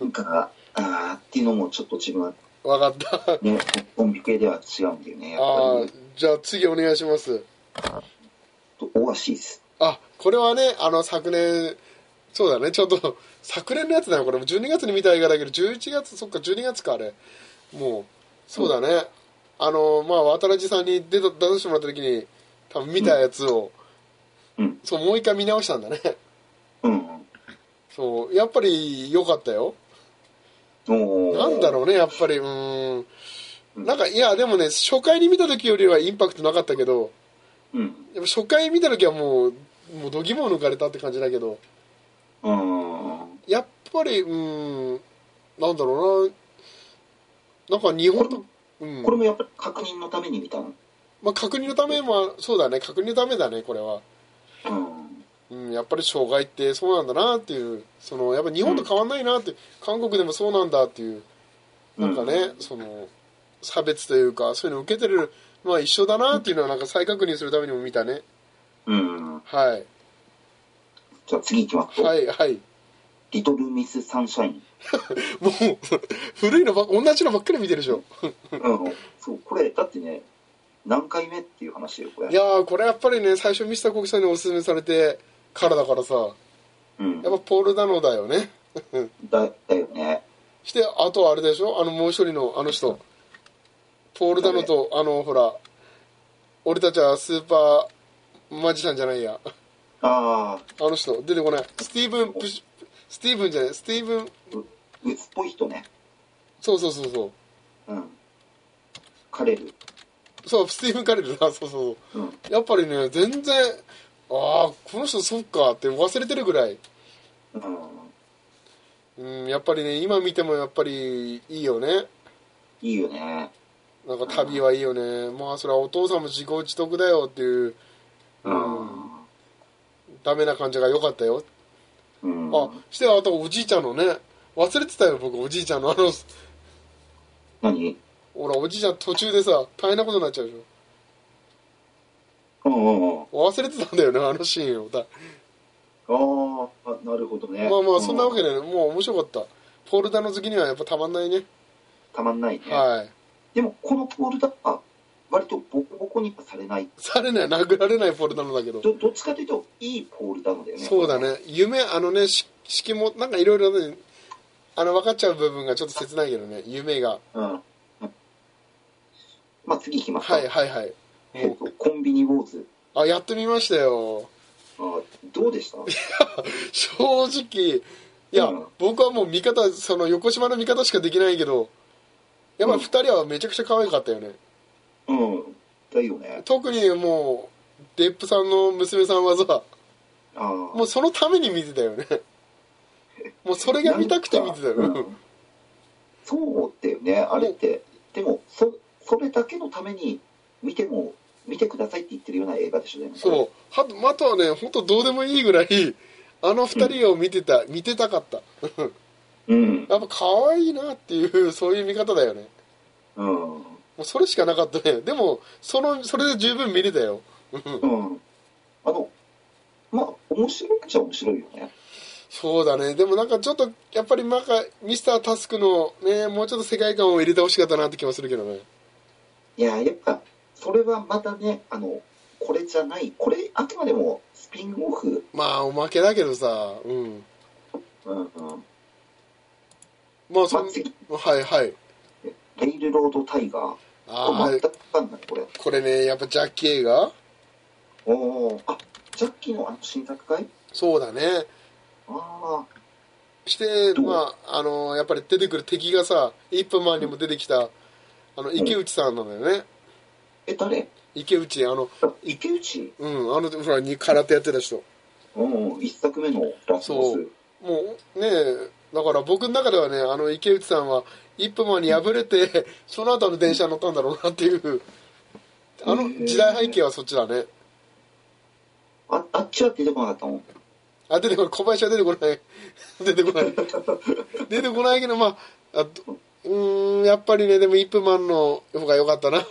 [SPEAKER 2] なんか、あーっていうのもちょっと自分は
[SPEAKER 3] わかった。あ
[SPEAKER 2] ね、コンビ系では違うんだよね。やっぱ
[SPEAKER 3] あ
[SPEAKER 2] り、
[SPEAKER 3] じゃあ次お願いします。
[SPEAKER 2] と、オアシス。
[SPEAKER 3] あ、これはね、あの、昨年、そうだね、ちょっと、昨年のやつだよ、これ。12月に見た映画だけど、11月、そっか、12月か、あれ。もう、そうだね。あの、まあ、渡辺さんに出た出させてもらった時に、多分見たやつを、
[SPEAKER 2] うん
[SPEAKER 3] そう、もう一回見直したんだね。
[SPEAKER 2] うんうん。
[SPEAKER 3] そう、やっぱり良かったよ。
[SPEAKER 2] おー
[SPEAKER 3] なんだろうね、やっぱり、うーん。なんか、いや、でもね、初回に見た時よりはインパクトなかったけど、
[SPEAKER 2] う。うん。
[SPEAKER 3] やっぱ初回見た時はもう、もう度肝を抜かれたって感じだけど、
[SPEAKER 2] うん。
[SPEAKER 3] やっぱり、うーん、なんだろうな、なんか日本の、うん
[SPEAKER 2] これもやっぱり確認のために見たの。
[SPEAKER 3] まあ、確認のためも、そうだね、確認のためだね、これは。
[SPEAKER 2] うん。
[SPEAKER 3] うん、やっぱり障害ってそうなんだなっていう、その、やっぱ日本と変わんないなって、韓国でもそうなんだっていう、なんかね、その、差別というか、そういうの受けてる、まあ一緒だなっていうのは、なんか再確認するためにも見たね。
[SPEAKER 2] うん。うん。
[SPEAKER 3] はい。
[SPEAKER 2] じゃあ次行きます。
[SPEAKER 3] はい、はい。
[SPEAKER 2] リトルミスサンシャイン。
[SPEAKER 3] もう、 古いのばっ同じのばっかり見てるでしょ。
[SPEAKER 2] うん。そう、これ、だってね、何回目っていう話よ、こ
[SPEAKER 3] い
[SPEAKER 2] れ。
[SPEAKER 3] やー、これやっぱりね、最初ミスターコキさんにおすすめされてからだからさ、やっ
[SPEAKER 2] うん。
[SPEAKER 3] ぱポール・ダノだよね。
[SPEAKER 2] だ、だよね。
[SPEAKER 3] して、あとはあれでしょあの、もう一人の、あの人。ポール・ダノと、あの、ほら、俺たちはスーパーマジシャンじゃないや。
[SPEAKER 2] あ
[SPEAKER 3] あの人、出てこない。スティーブン・プシスティーブンじゃない、スティーブン、
[SPEAKER 2] ー、鬱っぽい人ね。
[SPEAKER 3] そうそうそうそう。
[SPEAKER 2] うん。カレル。
[SPEAKER 3] そう、スティーブン・カレルだ、そうそうそう。
[SPEAKER 2] うん。
[SPEAKER 3] やっぱりね、全然、ああ、この人そっかって忘れてるぐらい。
[SPEAKER 2] うん。
[SPEAKER 3] うん、やっぱりね、今見てもやっぱりいいよね。
[SPEAKER 2] いいよね。
[SPEAKER 3] なんか旅はいいよね。まあそれはお父さんも自業自得だよっていう、
[SPEAKER 2] うん。
[SPEAKER 3] ダメな感じが良かったよ。
[SPEAKER 2] うん。
[SPEAKER 3] あ、してあとおじいちゃんのね、忘れてたよ僕、おじいちゃんのあの、
[SPEAKER 2] 何
[SPEAKER 3] ほら、おじいちゃん途中でさ、大変なことになっちゃうでしょ。
[SPEAKER 2] うんうんうん。
[SPEAKER 3] 忘れてたんだよね、あのシーンを。だ
[SPEAKER 2] ああ、なるほどね。
[SPEAKER 3] まあまあ、そんなわけ
[SPEAKER 2] う
[SPEAKER 3] でね、もう面白かった。フォルダの好きにはやっぱたまんないね。
[SPEAKER 2] たまんないね。
[SPEAKER 3] はい。
[SPEAKER 2] でも、このポールダッパー、割とボコボコにはされない。
[SPEAKER 3] されない、殴られないフォルダのだけど。
[SPEAKER 2] どどっちかというと、いいポールダのだよね。
[SPEAKER 3] そうだ。ね夢あのねし式もなんかいろいろねあの分かっちゃう部分がちょっと切ないけどね夢が
[SPEAKER 2] うん。うんまあ、次行きますか。
[SPEAKER 3] はいはいはい
[SPEAKER 2] えっと、コンビニウォーズ。
[SPEAKER 3] あやってみましたよ
[SPEAKER 2] あーどうで した
[SPEAKER 3] 正直いや、
[SPEAKER 2] うん
[SPEAKER 3] 僕はもう見方その横島の見方しかできないけどやっぱり2人はめちゃくちゃ可愛かったよね
[SPEAKER 2] うん。だよね。
[SPEAKER 3] 特にもうデップさんの娘さんはさ
[SPEAKER 2] ああ。
[SPEAKER 3] もうそのために見てたよねもうそれが見たくて見てたよ、
[SPEAKER 2] なんかうんそうだよね、あれって。でも、そ、それだけのために見ても、見てくださいって言ってるような映画でしょ、でも
[SPEAKER 3] そうはあとはね本当どうでもいいぐらいあの二人を見てた、見てたかった
[SPEAKER 2] う。うん。
[SPEAKER 3] やっぱ可愛いなっていうそういう見方だよね
[SPEAKER 2] うん。
[SPEAKER 3] もうそれしかなかったねでもそのそれで十分見れたよ
[SPEAKER 2] うん。あの、まあ、面白いっちゃ面白いよね。
[SPEAKER 3] そうだねでもなんかちょっとやっぱりなんかミスタータスクのねもうちょっと世界観を入れてほしかったなって気もするけどね
[SPEAKER 2] いや、やっぱ、それはまたね、あの、これじゃない、これ、あくまでもスピンオフ。
[SPEAKER 3] まあおまけだけどさうん
[SPEAKER 2] うんうん。
[SPEAKER 3] まあそ
[SPEAKER 2] まあ、
[SPEAKER 3] ん
[SPEAKER 2] 次、
[SPEAKER 3] はいはい
[SPEAKER 2] レイルロードタイガー。こ
[SPEAKER 3] あ
[SPEAKER 2] れ全
[SPEAKER 3] あ
[SPEAKER 2] くわかんない、これ。
[SPEAKER 3] これねやっぱジャッキー映画
[SPEAKER 2] おーあ、ジャッキーのあの新作会
[SPEAKER 3] そうだね
[SPEAKER 2] ああ。
[SPEAKER 3] して、
[SPEAKER 2] どう
[SPEAKER 3] まあ、あのやっぱり出てくる敵がさ1分前にも出てきた、あの池内さんなんだよね、
[SPEAKER 2] え、誰
[SPEAKER 3] 池内あの
[SPEAKER 2] あ池内
[SPEAKER 3] うんあのほらに空手やってた人
[SPEAKER 2] うん、一作目のラスボス。
[SPEAKER 3] もうねえだから僕の中ではねあの池内さんは1分前に敗れて、 その後あの電車に乗ったんだろうなっていうあの時代背景はそっちだね
[SPEAKER 2] ああっちは出てこなかったもん。
[SPEAKER 3] あ出てこない小林は出てこない 出て こない出てこないけどまああとうーんやっぱりねでも1分前の方が良かったな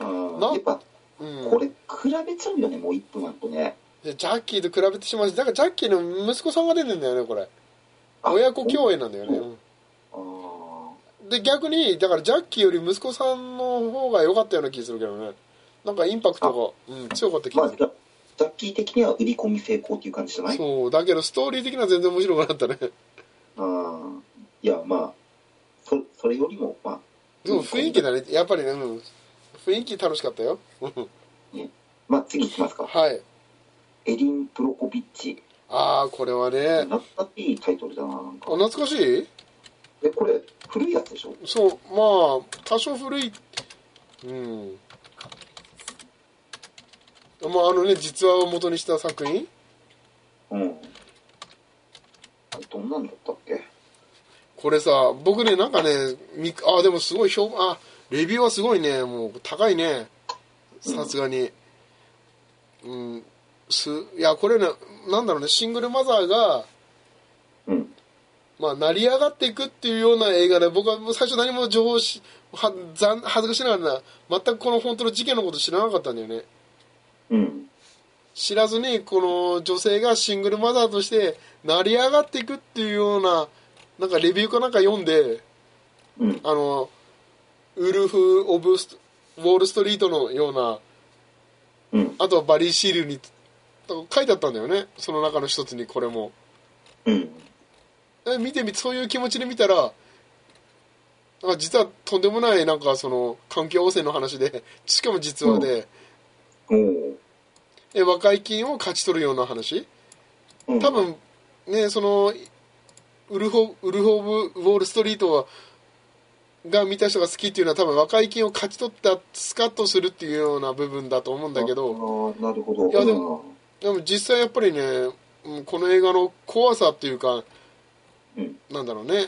[SPEAKER 2] うん、
[SPEAKER 3] な
[SPEAKER 2] やっぱ、
[SPEAKER 3] うん
[SPEAKER 2] これ比べちゃうよね、もう1分なんとね。
[SPEAKER 3] でジャッキーと比べてしまうしなんかジャッキーの息子さんが出てんだよねこれ
[SPEAKER 2] あ
[SPEAKER 3] 親子共演なんだよね、
[SPEAKER 2] うん
[SPEAKER 3] うん
[SPEAKER 2] あー
[SPEAKER 3] で逆にだからジャッキーより息子さんの方が良かったような気するけどねなんかインパクトが、うん、強かった気
[SPEAKER 2] ま
[SPEAKER 3] が
[SPEAKER 2] あ
[SPEAKER 3] する、
[SPEAKER 2] ザザッキー的には売り込み成功っていう感じじゃない
[SPEAKER 3] そうだけどストーリー的には全然面白くなかったね
[SPEAKER 2] あいやまあそそれよりもまあ
[SPEAKER 3] でも雰囲気だねやっぱりね、うん、雰囲気楽しかったようん
[SPEAKER 2] まあ次いきますか
[SPEAKER 3] はい
[SPEAKER 2] エリン・プロコビッチ
[SPEAKER 3] ああこれはね
[SPEAKER 2] 懐かしいタイトルだななん
[SPEAKER 3] あ
[SPEAKER 2] か
[SPEAKER 3] 懐かしい
[SPEAKER 2] えこれ古いやつでしょ
[SPEAKER 3] そうまあ多少古いうんまああのね実話を元にした作品
[SPEAKER 2] うんどんなんだったっけ
[SPEAKER 3] これさ僕ねなんかねみあでもすごい評あレビューはすごいねもう高いねさすがにうんすいやこれねなんだろうねシングルマザーが
[SPEAKER 2] うん
[SPEAKER 3] まあ成り上がっていくっていうような映画で僕はもう最初何も情報しは残恥ずかしながら全くこの本当の事件のこと知らなかったんだよね
[SPEAKER 2] うん
[SPEAKER 3] 知らずにこの女性がシングルマザーとして成り上がっていくっていうようななんかレビューかなんか読んで
[SPEAKER 2] うん
[SPEAKER 3] あのウルフ・オブスウォール・ストリートのような
[SPEAKER 2] うん
[SPEAKER 3] あとはバリー・シールにと書いてあったんだよねその中の一つにこれも
[SPEAKER 2] うん
[SPEAKER 3] え見てみそういう気持ちで見たらなんか実はとんでもないなんかその環境汚染の話でしかも実話で、
[SPEAKER 2] おー
[SPEAKER 3] え和解金を勝ち取るような話
[SPEAKER 2] うん
[SPEAKER 3] 多分ねそのウルフ・ウルフオブ・ウォール・ストリートはが見た人が好きっていうのは多分和解金を勝ち取ったスカッとするっていうような部分だと思うんだけど、
[SPEAKER 2] ああなるほど
[SPEAKER 3] いやでもでも実際やっぱりねうんこの映画の怖さっていうか、
[SPEAKER 2] うん
[SPEAKER 3] なんだろうね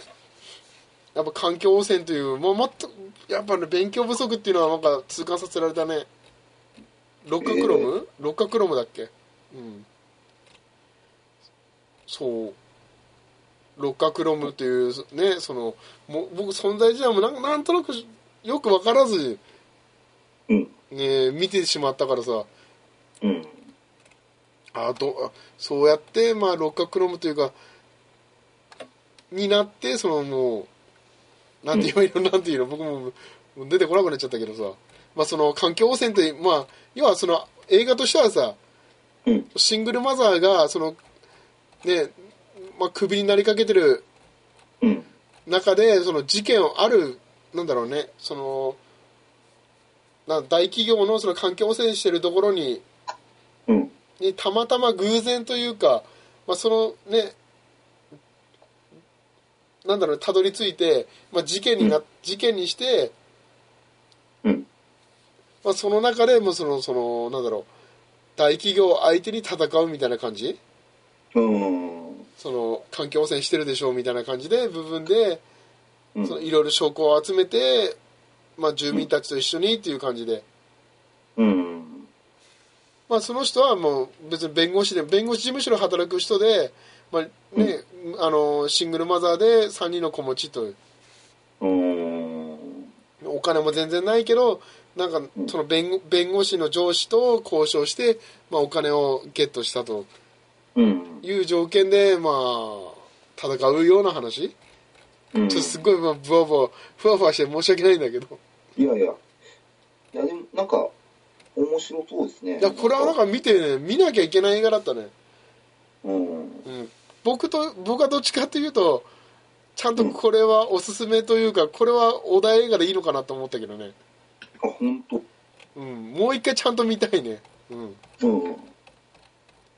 [SPEAKER 3] やっぱ環境汚染という、まあ、もっとやっぱね勉強不足っていうのはなんか痛感させられたね六角クロム、六角クロムだっけうんそう六角クロムっていうねそのもう僕存在自体もなんなんとなくよく分からず、
[SPEAKER 2] うん
[SPEAKER 3] ね、見てしまったからさ
[SPEAKER 2] うん
[SPEAKER 3] あどあそうやって、まあ、六角クロムというかになってそのもうなんて言うの、なんて言うの僕ももう出てこなくなっちゃったけどさ、まあ、その環境汚染って、まあ、要はその映画としてはさ
[SPEAKER 2] うん
[SPEAKER 3] シングルマザーがそのねまあ、クビになりかけてる
[SPEAKER 2] うん
[SPEAKER 3] 中でその事件をあるなんだろうねそのな大企業のその環境汚染してるところに
[SPEAKER 2] うん
[SPEAKER 3] にたまたま偶然というか、まあ、そのねなんだろうたどり着いて、まあ、事件にな、事件にして、
[SPEAKER 2] うん
[SPEAKER 3] まあ、その中でもうそのそのなんだろう大企業相手に戦うみたいな感じ
[SPEAKER 2] うん
[SPEAKER 3] その環境汚染してるでしょうみたいな感じで部分で
[SPEAKER 2] うん
[SPEAKER 3] そのいろいろ証拠を集めて、まあ、住民たちと一緒にっていう感じで、
[SPEAKER 2] うん
[SPEAKER 3] まあ、その人はもう別に弁護士で弁護士事務所で働く人で、まあねあのシングルマザーで3人の子持ちという
[SPEAKER 2] うん
[SPEAKER 3] お金も全然ないけどなんか
[SPEAKER 2] うん
[SPEAKER 3] その弁護弁護士の上司と交渉して、まあ、お金をゲットしたと
[SPEAKER 2] うん
[SPEAKER 3] いう条件で、まあ、戦うような話ち
[SPEAKER 2] うん
[SPEAKER 3] ょっとすっごいまあぶわぶわふわふわして申し訳ないんだけど
[SPEAKER 2] いやいやいやでもなんか面白そうですね
[SPEAKER 3] いやこれはなんか見てね見なきゃいけない映画だったね
[SPEAKER 2] うん
[SPEAKER 3] うん僕と僕はどっちかというとちゃんとこれはおすすめというか、これはお題映画でいいのかなと思ったけどね、
[SPEAKER 2] あ本当
[SPEAKER 3] うん、もう一回ちゃんと見たいね、うん、
[SPEAKER 2] うん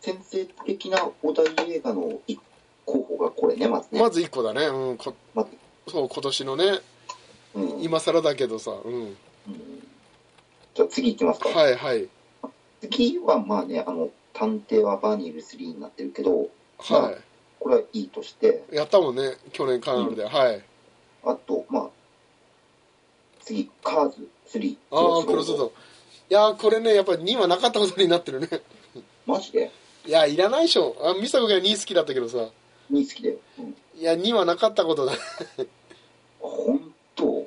[SPEAKER 2] 先生的なお題映画の一候補がこれねまずね
[SPEAKER 3] まず一個だね、うん、こ
[SPEAKER 2] まず
[SPEAKER 3] そう今年のね
[SPEAKER 2] うん
[SPEAKER 3] 今更だけどさ、うん、
[SPEAKER 2] うんじゃあ次行きますか
[SPEAKER 3] はいはい
[SPEAKER 2] 次はまあねあの探偵はバーニール3になってるけど
[SPEAKER 3] は
[SPEAKER 2] これはいいとして
[SPEAKER 3] いやったもんね去年カナダで、はい
[SPEAKER 2] あとまあ次カーズ3
[SPEAKER 3] ああクロスロードいやーこれねやっぱり2はなかったことになってるね
[SPEAKER 2] マジで
[SPEAKER 3] いやいらないでしょあミサコが2好きだったけどさ
[SPEAKER 2] 2好きだよ、うん、
[SPEAKER 3] いや2はなかったことだ
[SPEAKER 2] 本当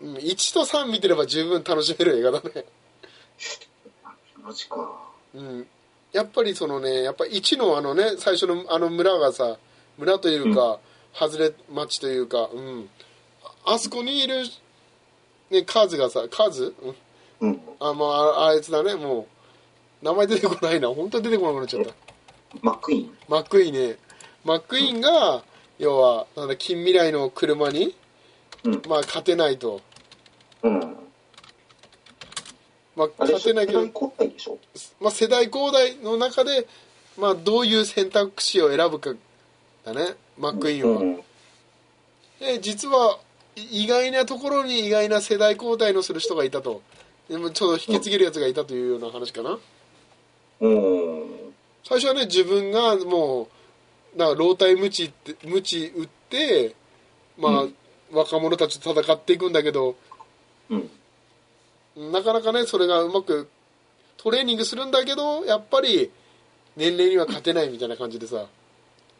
[SPEAKER 3] うん1と3見てれば十分楽しめる映画だね
[SPEAKER 2] マジか
[SPEAKER 3] うん、やっぱりそのねやっぱ1のあのね最初のあの村がさ村というか、外れ町というか、うん、あそこにいる、ね、カズがさ、カズうん
[SPEAKER 2] うん。
[SPEAKER 3] あ、まあ、ああいつだね、もう。名前出てこないな。本当に出てこなくなっちゃった。
[SPEAKER 2] マックイーン。
[SPEAKER 3] マックイーンね。マックイーンが、要は、なんだ、近未来の車に、
[SPEAKER 2] うん
[SPEAKER 3] まあ、勝てないと。
[SPEAKER 2] うん。
[SPEAKER 3] まあ、
[SPEAKER 2] あれ、
[SPEAKER 3] 勝てないけど
[SPEAKER 2] 世代、交代でしょ
[SPEAKER 3] まあ、世代交代の中で、まあ、どういう選択肢を選ぶかだね、マックイーンは。
[SPEAKER 2] うん。
[SPEAKER 3] で実はい意外なところに意外な世代交代のする人がいたとでもちょっと引き継げるやつがいたというような話かな
[SPEAKER 2] うん。
[SPEAKER 3] 最初はね自分がもうなんか老体無知って無知打ってまあ、
[SPEAKER 2] う
[SPEAKER 3] 若者たちと戦っていくんだけど
[SPEAKER 2] うん。
[SPEAKER 3] なかなかねそれがうまくトレーニングするんだけどやっぱり年齢には勝てないみたいな感じでさ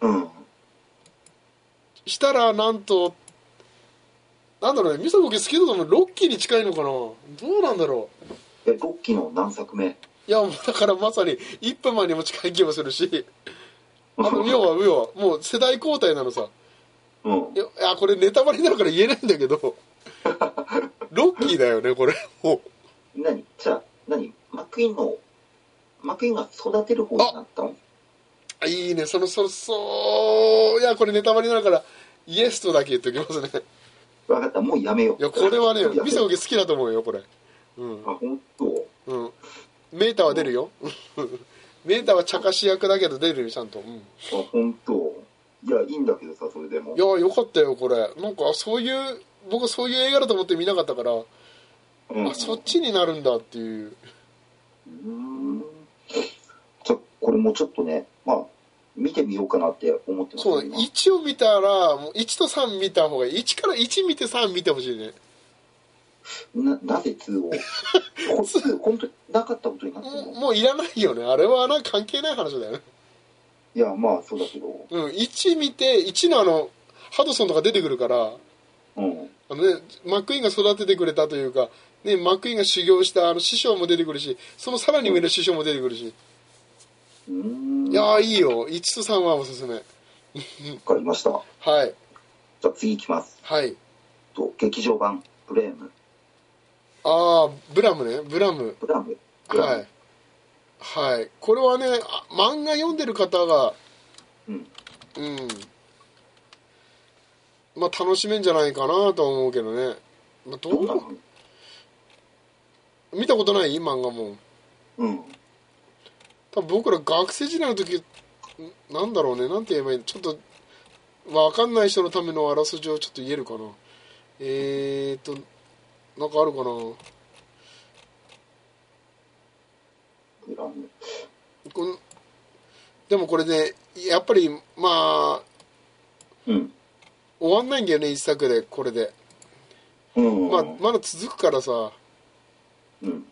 [SPEAKER 2] うん。
[SPEAKER 3] したらなんとなんだろうねミサコキ好きだと思うロッキーに近いのかなどうなんだろう
[SPEAKER 2] え、ロッキーの何作目
[SPEAKER 3] いや、もうだからまさに1分前にも近い気もするし、あの、要は、要は、もう世代交代なのさ。
[SPEAKER 2] うん
[SPEAKER 3] い。や、いやこれネタバレになるから言えないんだ けど、ロッキーだよね、これ。も
[SPEAKER 2] 何じゃあ、何マックイーンの、マックイーンが育てる方になったの
[SPEAKER 3] ういいね、その、その、そう、いや、これネタバレになるから、イエスとだけ言っておきますね。
[SPEAKER 2] わかった、もうやめよう。
[SPEAKER 3] いや、これはね、
[SPEAKER 2] やめよう
[SPEAKER 3] ミサオキ好きだと思うよ、これ。うん。
[SPEAKER 2] あ、本当。
[SPEAKER 3] うん。メーターは出るよ。 メーターは茶化し役だけど出るよ、ちゃんと。うん。
[SPEAKER 2] あ、本当。いや、いいんだけどさ、それでも
[SPEAKER 3] い。やよかったよこれなんかあそういう僕はそういう映画だと思って見なかったから、
[SPEAKER 2] うん。
[SPEAKER 3] あそっちになるんだっていう
[SPEAKER 2] うーんじゃあ、これもちょっとね、まあ、見てみようかなって思ってます
[SPEAKER 3] そうね1を見たらもう1と3見た方がいい1から1見て3見てほしいね
[SPEAKER 2] 今ななぜ2を こ2本当になかったことになってる
[SPEAKER 3] もう
[SPEAKER 2] の
[SPEAKER 3] もういらないよねあれはな関係ない話だよね
[SPEAKER 2] いやまあそうだけど
[SPEAKER 3] うん1見て1のあのハドソンとか出てくるから
[SPEAKER 2] うん
[SPEAKER 3] あのねマックイーンが育ててくれたというかね、マックイーンが修行したあの師匠も出てくるしそのさらに上の師匠も出てくるし、
[SPEAKER 2] うーん
[SPEAKER 3] いやーいいよ1と3はおすすめ
[SPEAKER 2] わかりました
[SPEAKER 3] はい
[SPEAKER 2] じゃあ次行きます
[SPEAKER 3] はい
[SPEAKER 2] と劇場版ブレーム
[SPEAKER 3] ああブラムねブラム
[SPEAKER 2] ブラムブラム、
[SPEAKER 3] はいはいこれはねあ漫画読んでる方が
[SPEAKER 2] うん
[SPEAKER 3] うんまあ楽しめんじゃないかなとは思うけどね、まあ、ど
[SPEAKER 2] どんなの
[SPEAKER 3] う見たことない漫画も
[SPEAKER 2] うん
[SPEAKER 3] 多分僕ら学生時代の時んなんだろうねなんて言えばいいのちょっとわかんない人のためのあらすじをちょっと言えるかなえー、っとなんかあるかな
[SPEAKER 2] ブラム
[SPEAKER 3] こんでもこれねやっぱりまあ
[SPEAKER 2] うん
[SPEAKER 3] 終わんないんだよね一作でこれで、
[SPEAKER 2] うん
[SPEAKER 3] まあ、まだ続くからさ
[SPEAKER 2] うん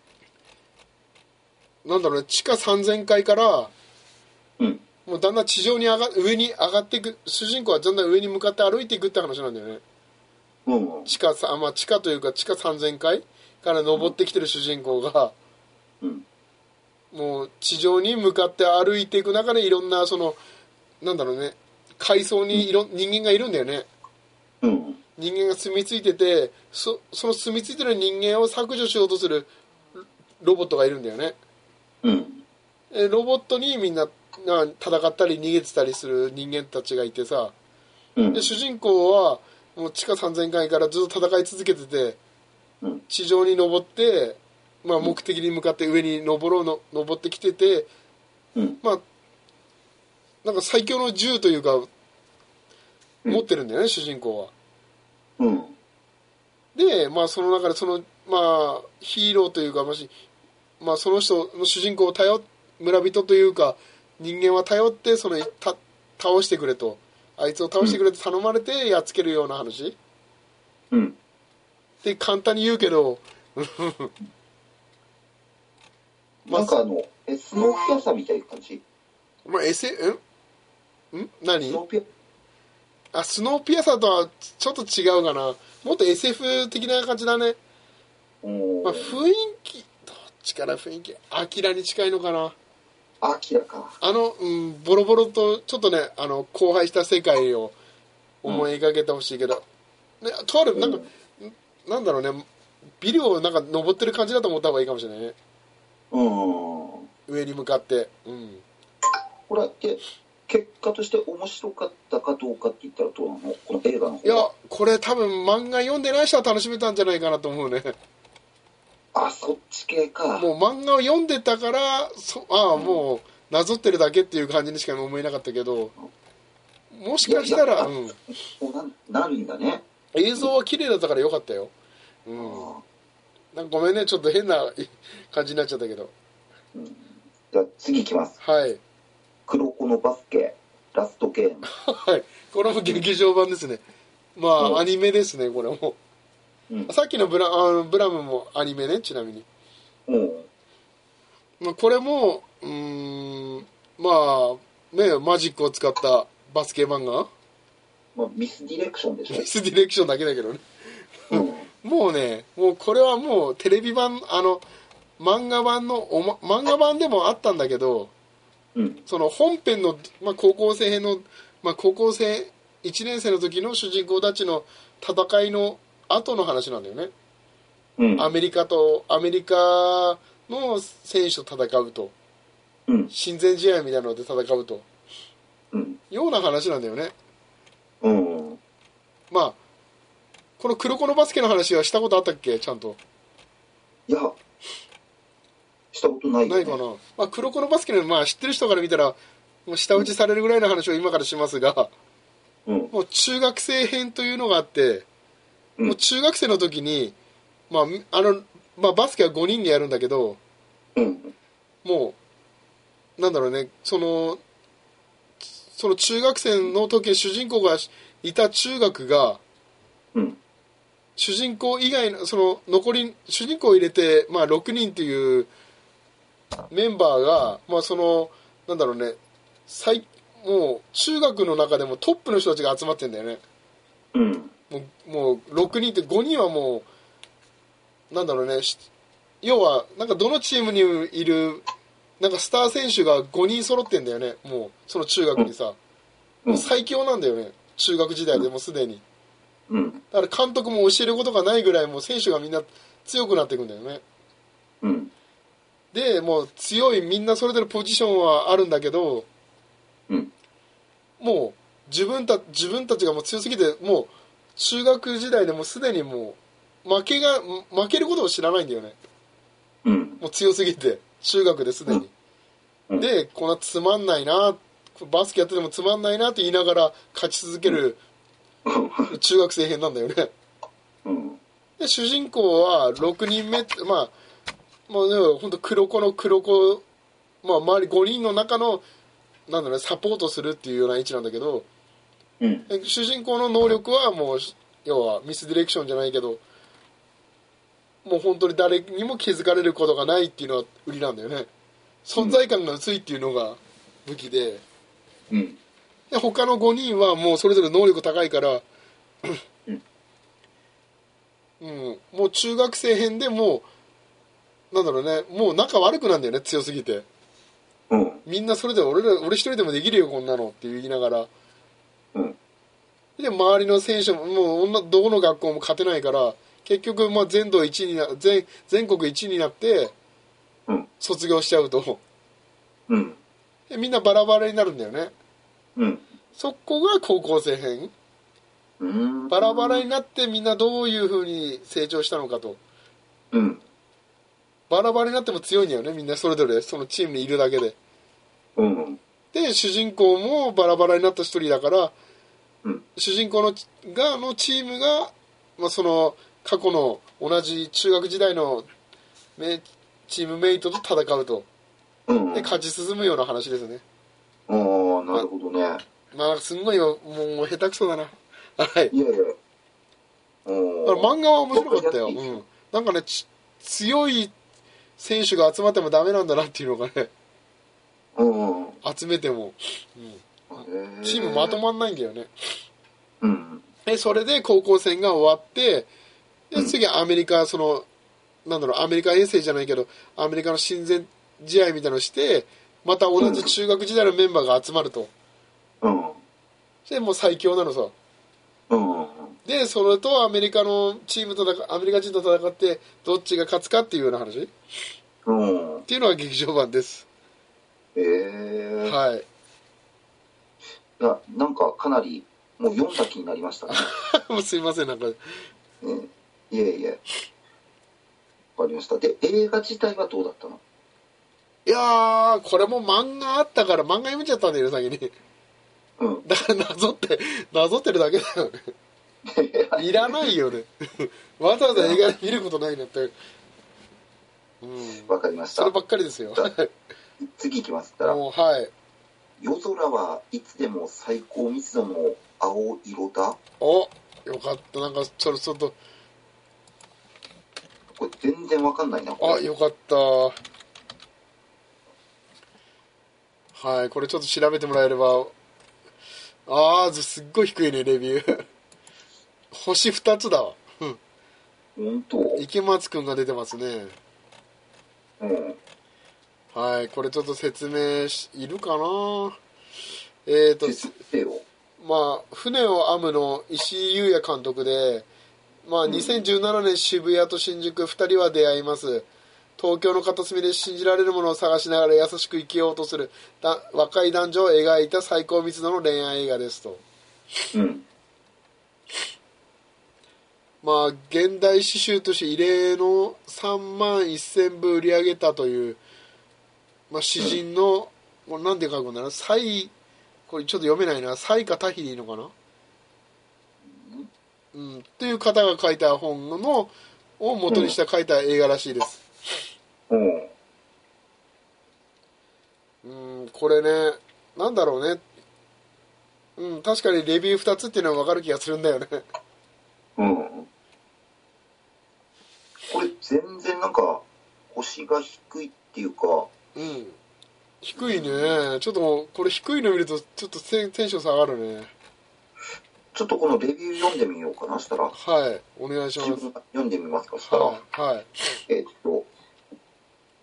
[SPEAKER 3] なんだろうね地下3000階から
[SPEAKER 2] うん
[SPEAKER 3] もうだんだん地上に上が上に上がっていく主人公はだんだん上に向かって歩いていくって話なんだよね
[SPEAKER 2] うん
[SPEAKER 3] 地下さ、まあ、地下というか地下3000階から登ってきてる主人公が
[SPEAKER 2] うん
[SPEAKER 3] もう地上に向かって歩いていく中でいろんなそのなんだろうね階層にいろん人間がいるんだよね
[SPEAKER 2] うん
[SPEAKER 3] 人間が住み着いててそその住み着いてる人間を削除しようとするロボットがいるんだよね
[SPEAKER 2] うん
[SPEAKER 3] えロボットにみんなな戦ったり逃げてたりする人間たちがいてさ
[SPEAKER 2] うん
[SPEAKER 3] で主人公はもう地下3000階からずっと戦い続けてて
[SPEAKER 2] うん
[SPEAKER 3] 地上に登って、まあ、目的に向かって上に登ろうの登ってきてて
[SPEAKER 2] うん
[SPEAKER 3] まあなんか最強の銃というか
[SPEAKER 2] うん
[SPEAKER 3] 持ってるんだよね、主人公は
[SPEAKER 2] うん
[SPEAKER 3] で、まあ、その中でその、まあ、ヒーローというか、もしまあ、その人の主人公を頼っ村人というか人間は頼ってそのた倒してくれとあいつを倒してくれと頼まれてやっつけるような話
[SPEAKER 2] うん
[SPEAKER 3] で簡単に言うけどまあ
[SPEAKER 2] なんかあのえスノーピアサーみたいな感じ
[SPEAKER 3] まあ SF んん
[SPEAKER 2] ス
[SPEAKER 3] 何
[SPEAKER 2] ノーピア
[SPEAKER 3] あスノーピアサーとはちょっと違うかなもっと SF 的な感じだね、
[SPEAKER 2] うん
[SPEAKER 3] まあ、雰囲気どっちから雰囲気アキラに近いのかな
[SPEAKER 2] あきらか
[SPEAKER 3] あの、うん、ボロボロとちょっとねあの荒廃した世界を思い描けてほしいけど、ね、とあるなんか
[SPEAKER 2] う、ん
[SPEAKER 3] なんだろうねビルをなんか登ってる感じだと思った方がいいかもしれないね
[SPEAKER 2] うん
[SPEAKER 3] 上に向かってうん
[SPEAKER 2] これって結果として面白かったかどうかって言ったらどうなのこの映画の
[SPEAKER 3] い
[SPEAKER 2] 方
[SPEAKER 3] や
[SPEAKER 2] は
[SPEAKER 3] これ多分漫画読んでない人は楽しめたんじゃないかなと思うね
[SPEAKER 2] あそっち系か
[SPEAKER 3] もう漫画を読んでたからそああもうなぞってるだけっていう感じにしか思えなかったけどもしかしたら、
[SPEAKER 2] いやい
[SPEAKER 3] うん、
[SPEAKER 2] そうななるんだね、
[SPEAKER 3] 映像は綺麗だったからよかったよ、うん、なんかごめんねちょっと変な感じになっちゃったけど
[SPEAKER 2] じゃあ次いきます
[SPEAKER 3] はい
[SPEAKER 2] 黒子のバスケラストゲーム
[SPEAKER 3] はいこれも劇場版ですねまあ、
[SPEAKER 2] うん
[SPEAKER 3] アニメですねこれも
[SPEAKER 2] うん
[SPEAKER 3] さっきのブラあのブラムもアニメねちなみに、
[SPEAKER 2] うん
[SPEAKER 3] まあ、これもうーんまあねマジックを使ったバスケ漫画
[SPEAKER 2] まあ、ミスディレクションでし
[SPEAKER 3] ミスディレクションだけだけどね
[SPEAKER 2] ょ、うん、
[SPEAKER 3] もうねもうこれはもうテレビ版あの漫画版のお、ま、漫画版でもあったんだけど
[SPEAKER 2] うん、
[SPEAKER 3] その本編の、まあ、高校生編の、まあ、高校生1年生の時の主人公たちの戦いの後の話なんだよね
[SPEAKER 2] うん、
[SPEAKER 3] アメリカとアメリカの選手と戦うと
[SPEAKER 2] うん、
[SPEAKER 3] 親善試合みたいなので戦うと
[SPEAKER 2] うん、
[SPEAKER 3] ような話なんだよね
[SPEAKER 2] うん、
[SPEAKER 3] まあこの黒子のバスケの話はしたことあったっけちゃんと
[SPEAKER 2] いや、したことないよ、
[SPEAKER 3] な
[SPEAKER 2] ね。
[SPEAKER 3] いかな、まあ、黒子のバスケの、まあ、知ってる人から見たらもう舌打ちされるぐらいの話を今からしますが
[SPEAKER 2] うん、
[SPEAKER 3] もう中学生編というのがあって
[SPEAKER 2] うん
[SPEAKER 3] もう中学生の時に、まあみあのまあ、バスケは5人でやるんだけど
[SPEAKER 2] うん、
[SPEAKER 3] もうなんだろうねそのその中学生の時主人公がいた中学が
[SPEAKER 2] うん、
[SPEAKER 3] 主人公以外のその残り主人公を入れて、まあ、6人っていうメンバーが、まあ、そのなんだろうね最もう中学の中でもトップの人たちが集まってんだよね
[SPEAKER 2] うん、
[SPEAKER 3] もうもう6人って5人はもうなんだろうねし要はなんかどのチームにいるなんかスター選手が5人揃ってんだよねもうその中学にさ、
[SPEAKER 2] うん
[SPEAKER 3] もう最強なんだよね中学時代でもうすでに。
[SPEAKER 2] うん、
[SPEAKER 3] だから監督も教えることがないぐらいもう選手がみんな強くなっていくんだよね
[SPEAKER 2] うん、
[SPEAKER 3] でもう強いみんなそれぞれポジションはあるんだけど
[SPEAKER 2] うん、
[SPEAKER 3] もう自分た自分たちがもう強すぎてもう中学時代でもうすでにもう負けが負けることを知らないんだよね
[SPEAKER 2] うん、
[SPEAKER 3] もう強すぎて中学ですでに、
[SPEAKER 2] うん
[SPEAKER 3] でこんなつまんないなバスケやっててもつまんないなって言いながら勝ち続ける中学生編なんだよね
[SPEAKER 2] うん、
[SPEAKER 3] で主人公は6人目ってまあもうでも本当黒子の黒子、まあ、周り5人の中のなんだろうねサポートするっていうような位置なんだけど
[SPEAKER 2] うん、
[SPEAKER 3] で主人公の能力はもう要はミスディレクションじゃないけどもう本当に誰にも気づかれることがないっていうのは売りなんだよね存在感が薄いっていうのが武器で。
[SPEAKER 2] うん。
[SPEAKER 3] で他の5人はもうそれぞれ能力高いから、
[SPEAKER 2] うん
[SPEAKER 3] うん、もう中学生編でもうなんだろうねもう仲悪くなんだよね強すぎて
[SPEAKER 2] うん、
[SPEAKER 3] みんなそれぞれ俺ら俺一人でもできるよこんなのって言いながら
[SPEAKER 2] うん、
[SPEAKER 3] で周りの選手ももう女どこの学校も勝てないから結局まあ全土一位にな全全国1位になって
[SPEAKER 2] うん、
[SPEAKER 3] 卒業しちゃうと
[SPEAKER 2] うん、
[SPEAKER 3] でみんなバラバラになるんだよね
[SPEAKER 2] うん、
[SPEAKER 3] そこが高校生編
[SPEAKER 2] うん。
[SPEAKER 3] バラバラになってみんなどういう風に成長したのかと
[SPEAKER 2] うん、
[SPEAKER 3] バラバラになっても強いんだよねみんなそれぞれそのチームにいるだけで
[SPEAKER 2] うん、
[SPEAKER 3] で主人公もバラバラになった一人だから
[SPEAKER 2] うん、
[SPEAKER 3] 主人公のがのチームが、まあ、その過去の同じ中学時代のめチームメイトと戦うと
[SPEAKER 2] うん。
[SPEAKER 3] で勝ち進むような話ですね
[SPEAKER 2] ああ、なるほどね。
[SPEAKER 3] まあすんごいよもう下手くそだなはい
[SPEAKER 2] いやいや。う
[SPEAKER 3] だから
[SPEAKER 2] ん。
[SPEAKER 3] 漫画は面白かったよ、うん、なんかねち強い選手が集まってもダメなんだなっていうのがね
[SPEAKER 2] うん。へ
[SPEAKER 3] 集めても、
[SPEAKER 2] ー
[SPEAKER 3] チームまとまんないんだよね
[SPEAKER 2] うん。
[SPEAKER 3] でそれで高校戦が終わって
[SPEAKER 2] う
[SPEAKER 3] で
[SPEAKER 2] ん
[SPEAKER 3] 次アメリカそのなんだろうアメリカ遠征じゃないけどアメリカの親善試合みたいなのしてまた同じ中学時代のメンバーが集まると
[SPEAKER 2] うん。
[SPEAKER 3] でもう最強なのさ
[SPEAKER 2] うん。
[SPEAKER 3] でそれとアメリカのチームと戦アメリカ人と戦ってどっちが勝つかっていうような話っ
[SPEAKER 2] うん。
[SPEAKER 3] ていうのが劇場版です、
[SPEAKER 2] えー
[SPEAKER 3] はい
[SPEAKER 2] いや、なんかかなり、もう読んだ気になりま したね。
[SPEAKER 3] もうすいませんなんか
[SPEAKER 2] うんいえいえ。わかりました。で、映画自体はどうだったの
[SPEAKER 3] いやーこれも漫画あったから漫画読めちゃったんだよね先に
[SPEAKER 2] うん。
[SPEAKER 3] だからなぞってなぞってるだけだよねいらないよねわざわざ映画見ることないなってうん
[SPEAKER 2] わかりまし
[SPEAKER 3] そ
[SPEAKER 2] た
[SPEAKER 3] れば。っかりですよ
[SPEAKER 2] 次行きます。だから
[SPEAKER 3] もうはい
[SPEAKER 2] 夜空はいつでも最高密度の青色だ。
[SPEAKER 3] およかったなんかちょっとちょっと
[SPEAKER 2] これ全然わかんないな。こ
[SPEAKER 3] あ
[SPEAKER 2] れ
[SPEAKER 3] よかったはいこれちょっと調べてもらえればああすっごい低いねレビュー星2つだわうん
[SPEAKER 2] 本当。
[SPEAKER 3] 池松くんが出てますね
[SPEAKER 2] うん。
[SPEAKER 3] はいこれちょっと説明しいるかなえっ、ー、と
[SPEAKER 2] 説明よ。
[SPEAKER 3] まあ、船を編むの石井優也監督で、まあ、
[SPEAKER 2] ん
[SPEAKER 3] 2017年渋谷と新宿2人は出会います東京の片隅で信じられるものを探しながら優しく生きようとするだ若い男女を描いた最高密度の恋愛映画ですと、
[SPEAKER 2] うん。
[SPEAKER 3] まあ、現代詩集として異例の3万1000部売り上げたという、まあ、詩人の、これなんて書くんだろうサイこれちょっと読めないなサイかタヒでいいのかなうん、っていう方が書いた本のを元にした書いた映画らしいです、
[SPEAKER 2] うん。
[SPEAKER 3] うん、これねなんだろうねうん確かにレビュー2つっていうのは分かる気がするんだよね
[SPEAKER 2] うん。これ全然なんか、星が低いっていうか、
[SPEAKER 3] うん低いねちょっともうこれ低いの見るとちょっとテンテンション下がるね
[SPEAKER 2] ちょっとこのレビュー読んでみようかな、したら。
[SPEAKER 3] はいお願いし
[SPEAKER 2] 自
[SPEAKER 3] ます
[SPEAKER 2] 分が読んでみますか、したら。
[SPEAKER 3] はいはい
[SPEAKER 2] えっと、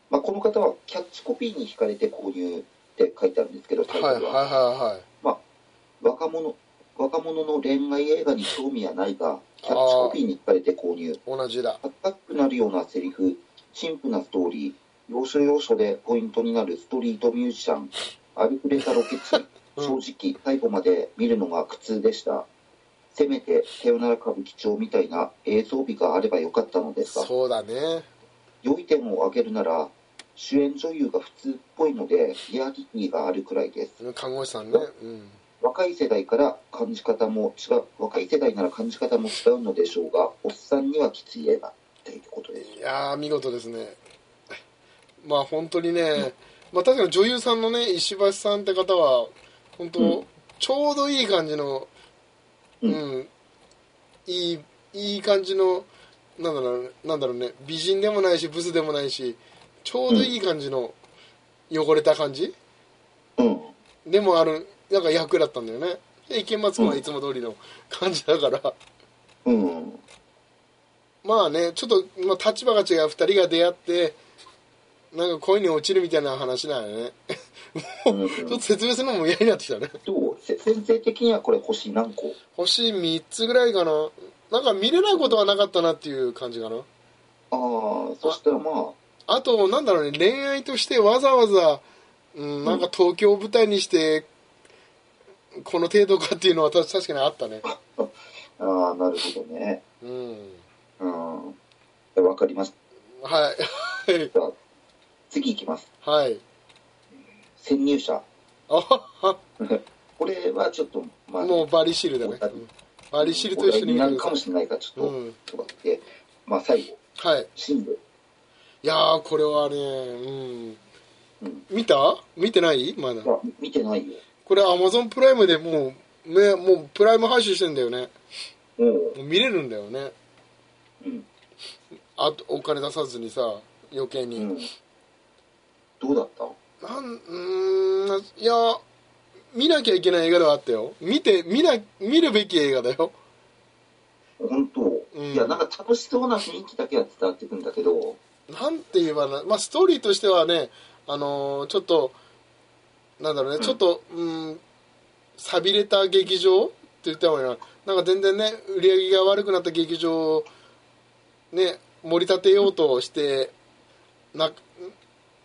[SPEAKER 2] まあ、この方はキャッチコピーに惹かれて購入って書いてあるんですけど、タ
[SPEAKER 3] は
[SPEAKER 2] イ
[SPEAKER 3] い
[SPEAKER 2] ト
[SPEAKER 3] はい
[SPEAKER 2] ルは。
[SPEAKER 3] は
[SPEAKER 2] 若者若者の恋愛映画に興味はないが、キャッチコピーに惹かれて購入。
[SPEAKER 3] いはい同じだ
[SPEAKER 2] アタックなるようなセリフ、陳腐なストーリー、要所要所でポイントになるストリートミュージシャン、ありふれたロケ地、
[SPEAKER 3] うん
[SPEAKER 2] 正直最後まで見るのが苦痛でした。せめて、さよなら歌舞伎町みたいな映像美があればよかったのですが。
[SPEAKER 3] そうだね
[SPEAKER 2] 良い点を挙げるなら主演女優が普通っぽいのでリアリティがあるくらいです
[SPEAKER 3] 看護師さんねうん
[SPEAKER 2] 若い世代から感じ方も違う若い世代なら感じ方も違うのでしょうがおっさんにはきつい映画っていうことです
[SPEAKER 3] いやー見事ですねまあ本当にね、まあ、確かに女優さんのね石橋さんって方は本当、
[SPEAKER 2] うん
[SPEAKER 3] ちょうどいい感じのう
[SPEAKER 2] うん
[SPEAKER 3] ん、いいいい感じのなんだろうねなんだろうね美人でもないしブスでもないしちょうどいい感じの汚れた感じ、
[SPEAKER 2] うん
[SPEAKER 3] でもあるなんか役だったんだよねで池松君はいつも通りの感じだから、
[SPEAKER 2] うん
[SPEAKER 3] まあねちょっと、まあ、立場が違う2人が出会ってなんか恋に落ちるみたいな話なんよね
[SPEAKER 2] うん
[SPEAKER 3] ちょっと説明するのも嫌になってきたね
[SPEAKER 2] どうせ先生的にはこれ星何個
[SPEAKER 3] 星3つぐらいかななんか見れないことはなかったなっていう感じかな
[SPEAKER 2] ああそしたらまあ
[SPEAKER 3] あとなんだろうね恋愛としてわざわざ、うん、なんか東京を舞台にしてこの程度かっていうのは確確かにあったね
[SPEAKER 2] ああなるほどね
[SPEAKER 3] うん
[SPEAKER 2] うんわかりまし
[SPEAKER 3] はい
[SPEAKER 2] た次いきます
[SPEAKER 3] はい
[SPEAKER 2] 潜入者
[SPEAKER 3] あは
[SPEAKER 2] これはちょっとまあ
[SPEAKER 3] はもうバリシールだねうんバリシールと一緒
[SPEAKER 2] に
[SPEAKER 3] に見
[SPEAKER 2] な
[SPEAKER 3] れ
[SPEAKER 2] る
[SPEAKER 3] る
[SPEAKER 2] かもしれないからちょっ
[SPEAKER 3] うん
[SPEAKER 2] ととかって、まあ最後
[SPEAKER 3] はい
[SPEAKER 2] 新聞
[SPEAKER 3] いやーこれはね、うん、
[SPEAKER 2] うん
[SPEAKER 3] 見た見てないまだ
[SPEAKER 2] は見てないよ
[SPEAKER 3] これアマゾンプライムでもう、ね、もうプライム配信してんだよね
[SPEAKER 2] うん
[SPEAKER 3] もう見れるんだよね
[SPEAKER 2] うん
[SPEAKER 3] あとお金出さずにさ余計に、
[SPEAKER 2] うんどうだった
[SPEAKER 3] なんうーんいや見なきゃいけない映画ではあったよ見て見な見るべき映画だよ
[SPEAKER 2] 本当、
[SPEAKER 3] うん
[SPEAKER 2] いやなんか楽しそうな雰囲気だけは伝わってくんだけど
[SPEAKER 3] なんて言えばな、まあ、ストーリーとしてはね、あのーちょっとなんだろうね、
[SPEAKER 2] うん
[SPEAKER 3] ちょっとうん寂れた劇場言った方がいいななんか全然ね売り上げが悪くなった劇場をね盛り立てようとしてな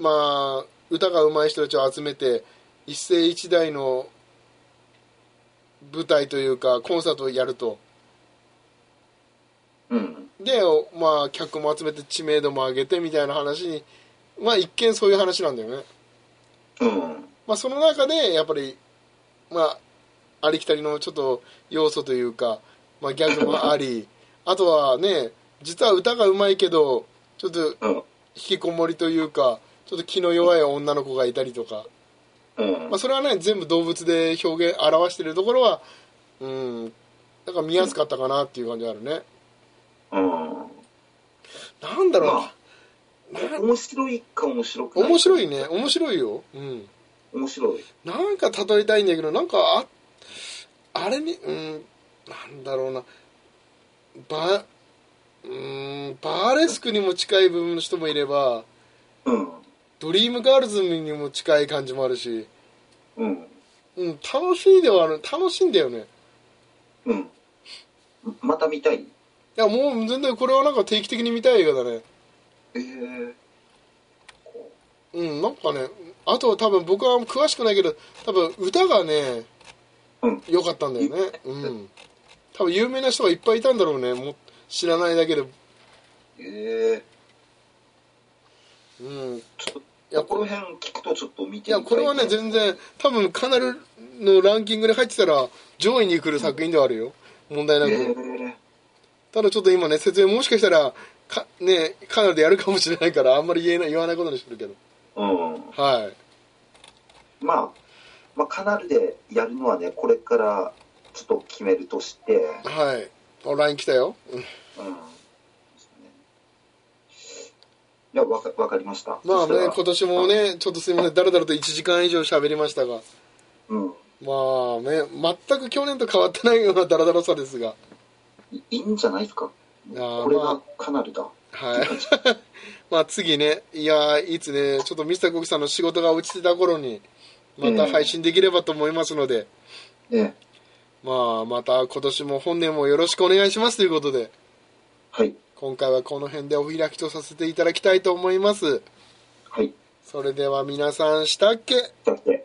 [SPEAKER 3] まあ歌が上手い人たちを集めて一世一代の舞台というかコンサートをやると
[SPEAKER 2] うん。
[SPEAKER 3] で、おまあ、客も集めて知名度も上げてみたいな話にまあ一見そういう話なんだよね
[SPEAKER 2] うん。
[SPEAKER 3] まあ、その中でやっぱり、まあ、ありきたりのちょっと要素というか、まあ、ギャグもありあとはね実は歌がうまいけどちょっと
[SPEAKER 2] うん。
[SPEAKER 3] 引きこもりというかちょっと気の弱い女の子がいたりとか、
[SPEAKER 2] うん
[SPEAKER 3] まあ、。それはね全部動物で表現表してるところはうんなんか見やすかったかなっていう感じがあるね
[SPEAKER 2] うん。
[SPEAKER 3] なんだろ
[SPEAKER 2] まあ、面白いか面白く
[SPEAKER 3] う
[SPEAKER 2] ない
[SPEAKER 3] 面白
[SPEAKER 2] い。
[SPEAKER 3] いね面白いようん
[SPEAKER 2] 面白い。
[SPEAKER 3] なんか例えたいんだけどなんかああれにうんなんだろうなバうんバーレスクにも近い部分の人もいれば
[SPEAKER 2] うん。
[SPEAKER 3] ドリームガールズにも近い感じもあるし、
[SPEAKER 2] うん。
[SPEAKER 3] うん、楽しいではある楽しいんだよね
[SPEAKER 2] うん。また見たい
[SPEAKER 3] いやもう全然これはなんか定期的に見たい映画だね
[SPEAKER 2] ええ
[SPEAKER 3] うんなんかねあと多分僕は詳しくないけど多分歌がね
[SPEAKER 2] うん
[SPEAKER 3] 良かったんだよねうん多分有名な人がいっぱいいたんだろうねもう知らないだけで
[SPEAKER 2] ええ
[SPEAKER 3] うん
[SPEAKER 2] ちょっ
[SPEAKER 3] いや
[SPEAKER 2] と、こ
[SPEAKER 3] こ
[SPEAKER 2] の辺聞くとちょっと見
[SPEAKER 3] い
[SPEAKER 2] てみた
[SPEAKER 3] や
[SPEAKER 2] い。
[SPEAKER 3] これはね全然多分かなりのランキングに入ってたら上位に来る作品ではあるよ問題な
[SPEAKER 2] え
[SPEAKER 3] く
[SPEAKER 2] え
[SPEAKER 3] ただちょっと今ね説明もしかしたらかねカナダでやるかもしれないからあんまり言えない言わないことにしてるけど
[SPEAKER 2] うん。
[SPEAKER 3] はい
[SPEAKER 2] まあ、まあ、カナルでやるのはね、これからちょっと決めるとして、
[SPEAKER 3] はいオンライン来たようん
[SPEAKER 2] うん。いや、わかわかりました。
[SPEAKER 3] ま
[SPEAKER 2] そ
[SPEAKER 3] あ
[SPEAKER 2] した
[SPEAKER 3] ね
[SPEAKER 2] ら
[SPEAKER 3] 今年も。ねちょっとすいませんだらだらと1時間以上喋りましたが
[SPEAKER 2] うん。
[SPEAKER 3] まあね全く去年と変わってないようなだらだらさですが
[SPEAKER 2] いいいんじゃないですか。
[SPEAKER 3] あー
[SPEAKER 2] これ
[SPEAKER 3] ま
[SPEAKER 2] がカナルだ。
[SPEAKER 3] はい。 まあ次ね、いやー、いつね、ちょっとミスターコキさんの仕事が落ちてた頃に、また配信できればと思いますので、
[SPEAKER 2] ええ。
[SPEAKER 3] まあまた今年も本年もよろしくお願いしますということで、
[SPEAKER 2] はい。
[SPEAKER 3] 今回はこの辺でお開きとさせていただきたいと思います。
[SPEAKER 2] はい。
[SPEAKER 3] それでは皆さん、したっけ
[SPEAKER 2] だって。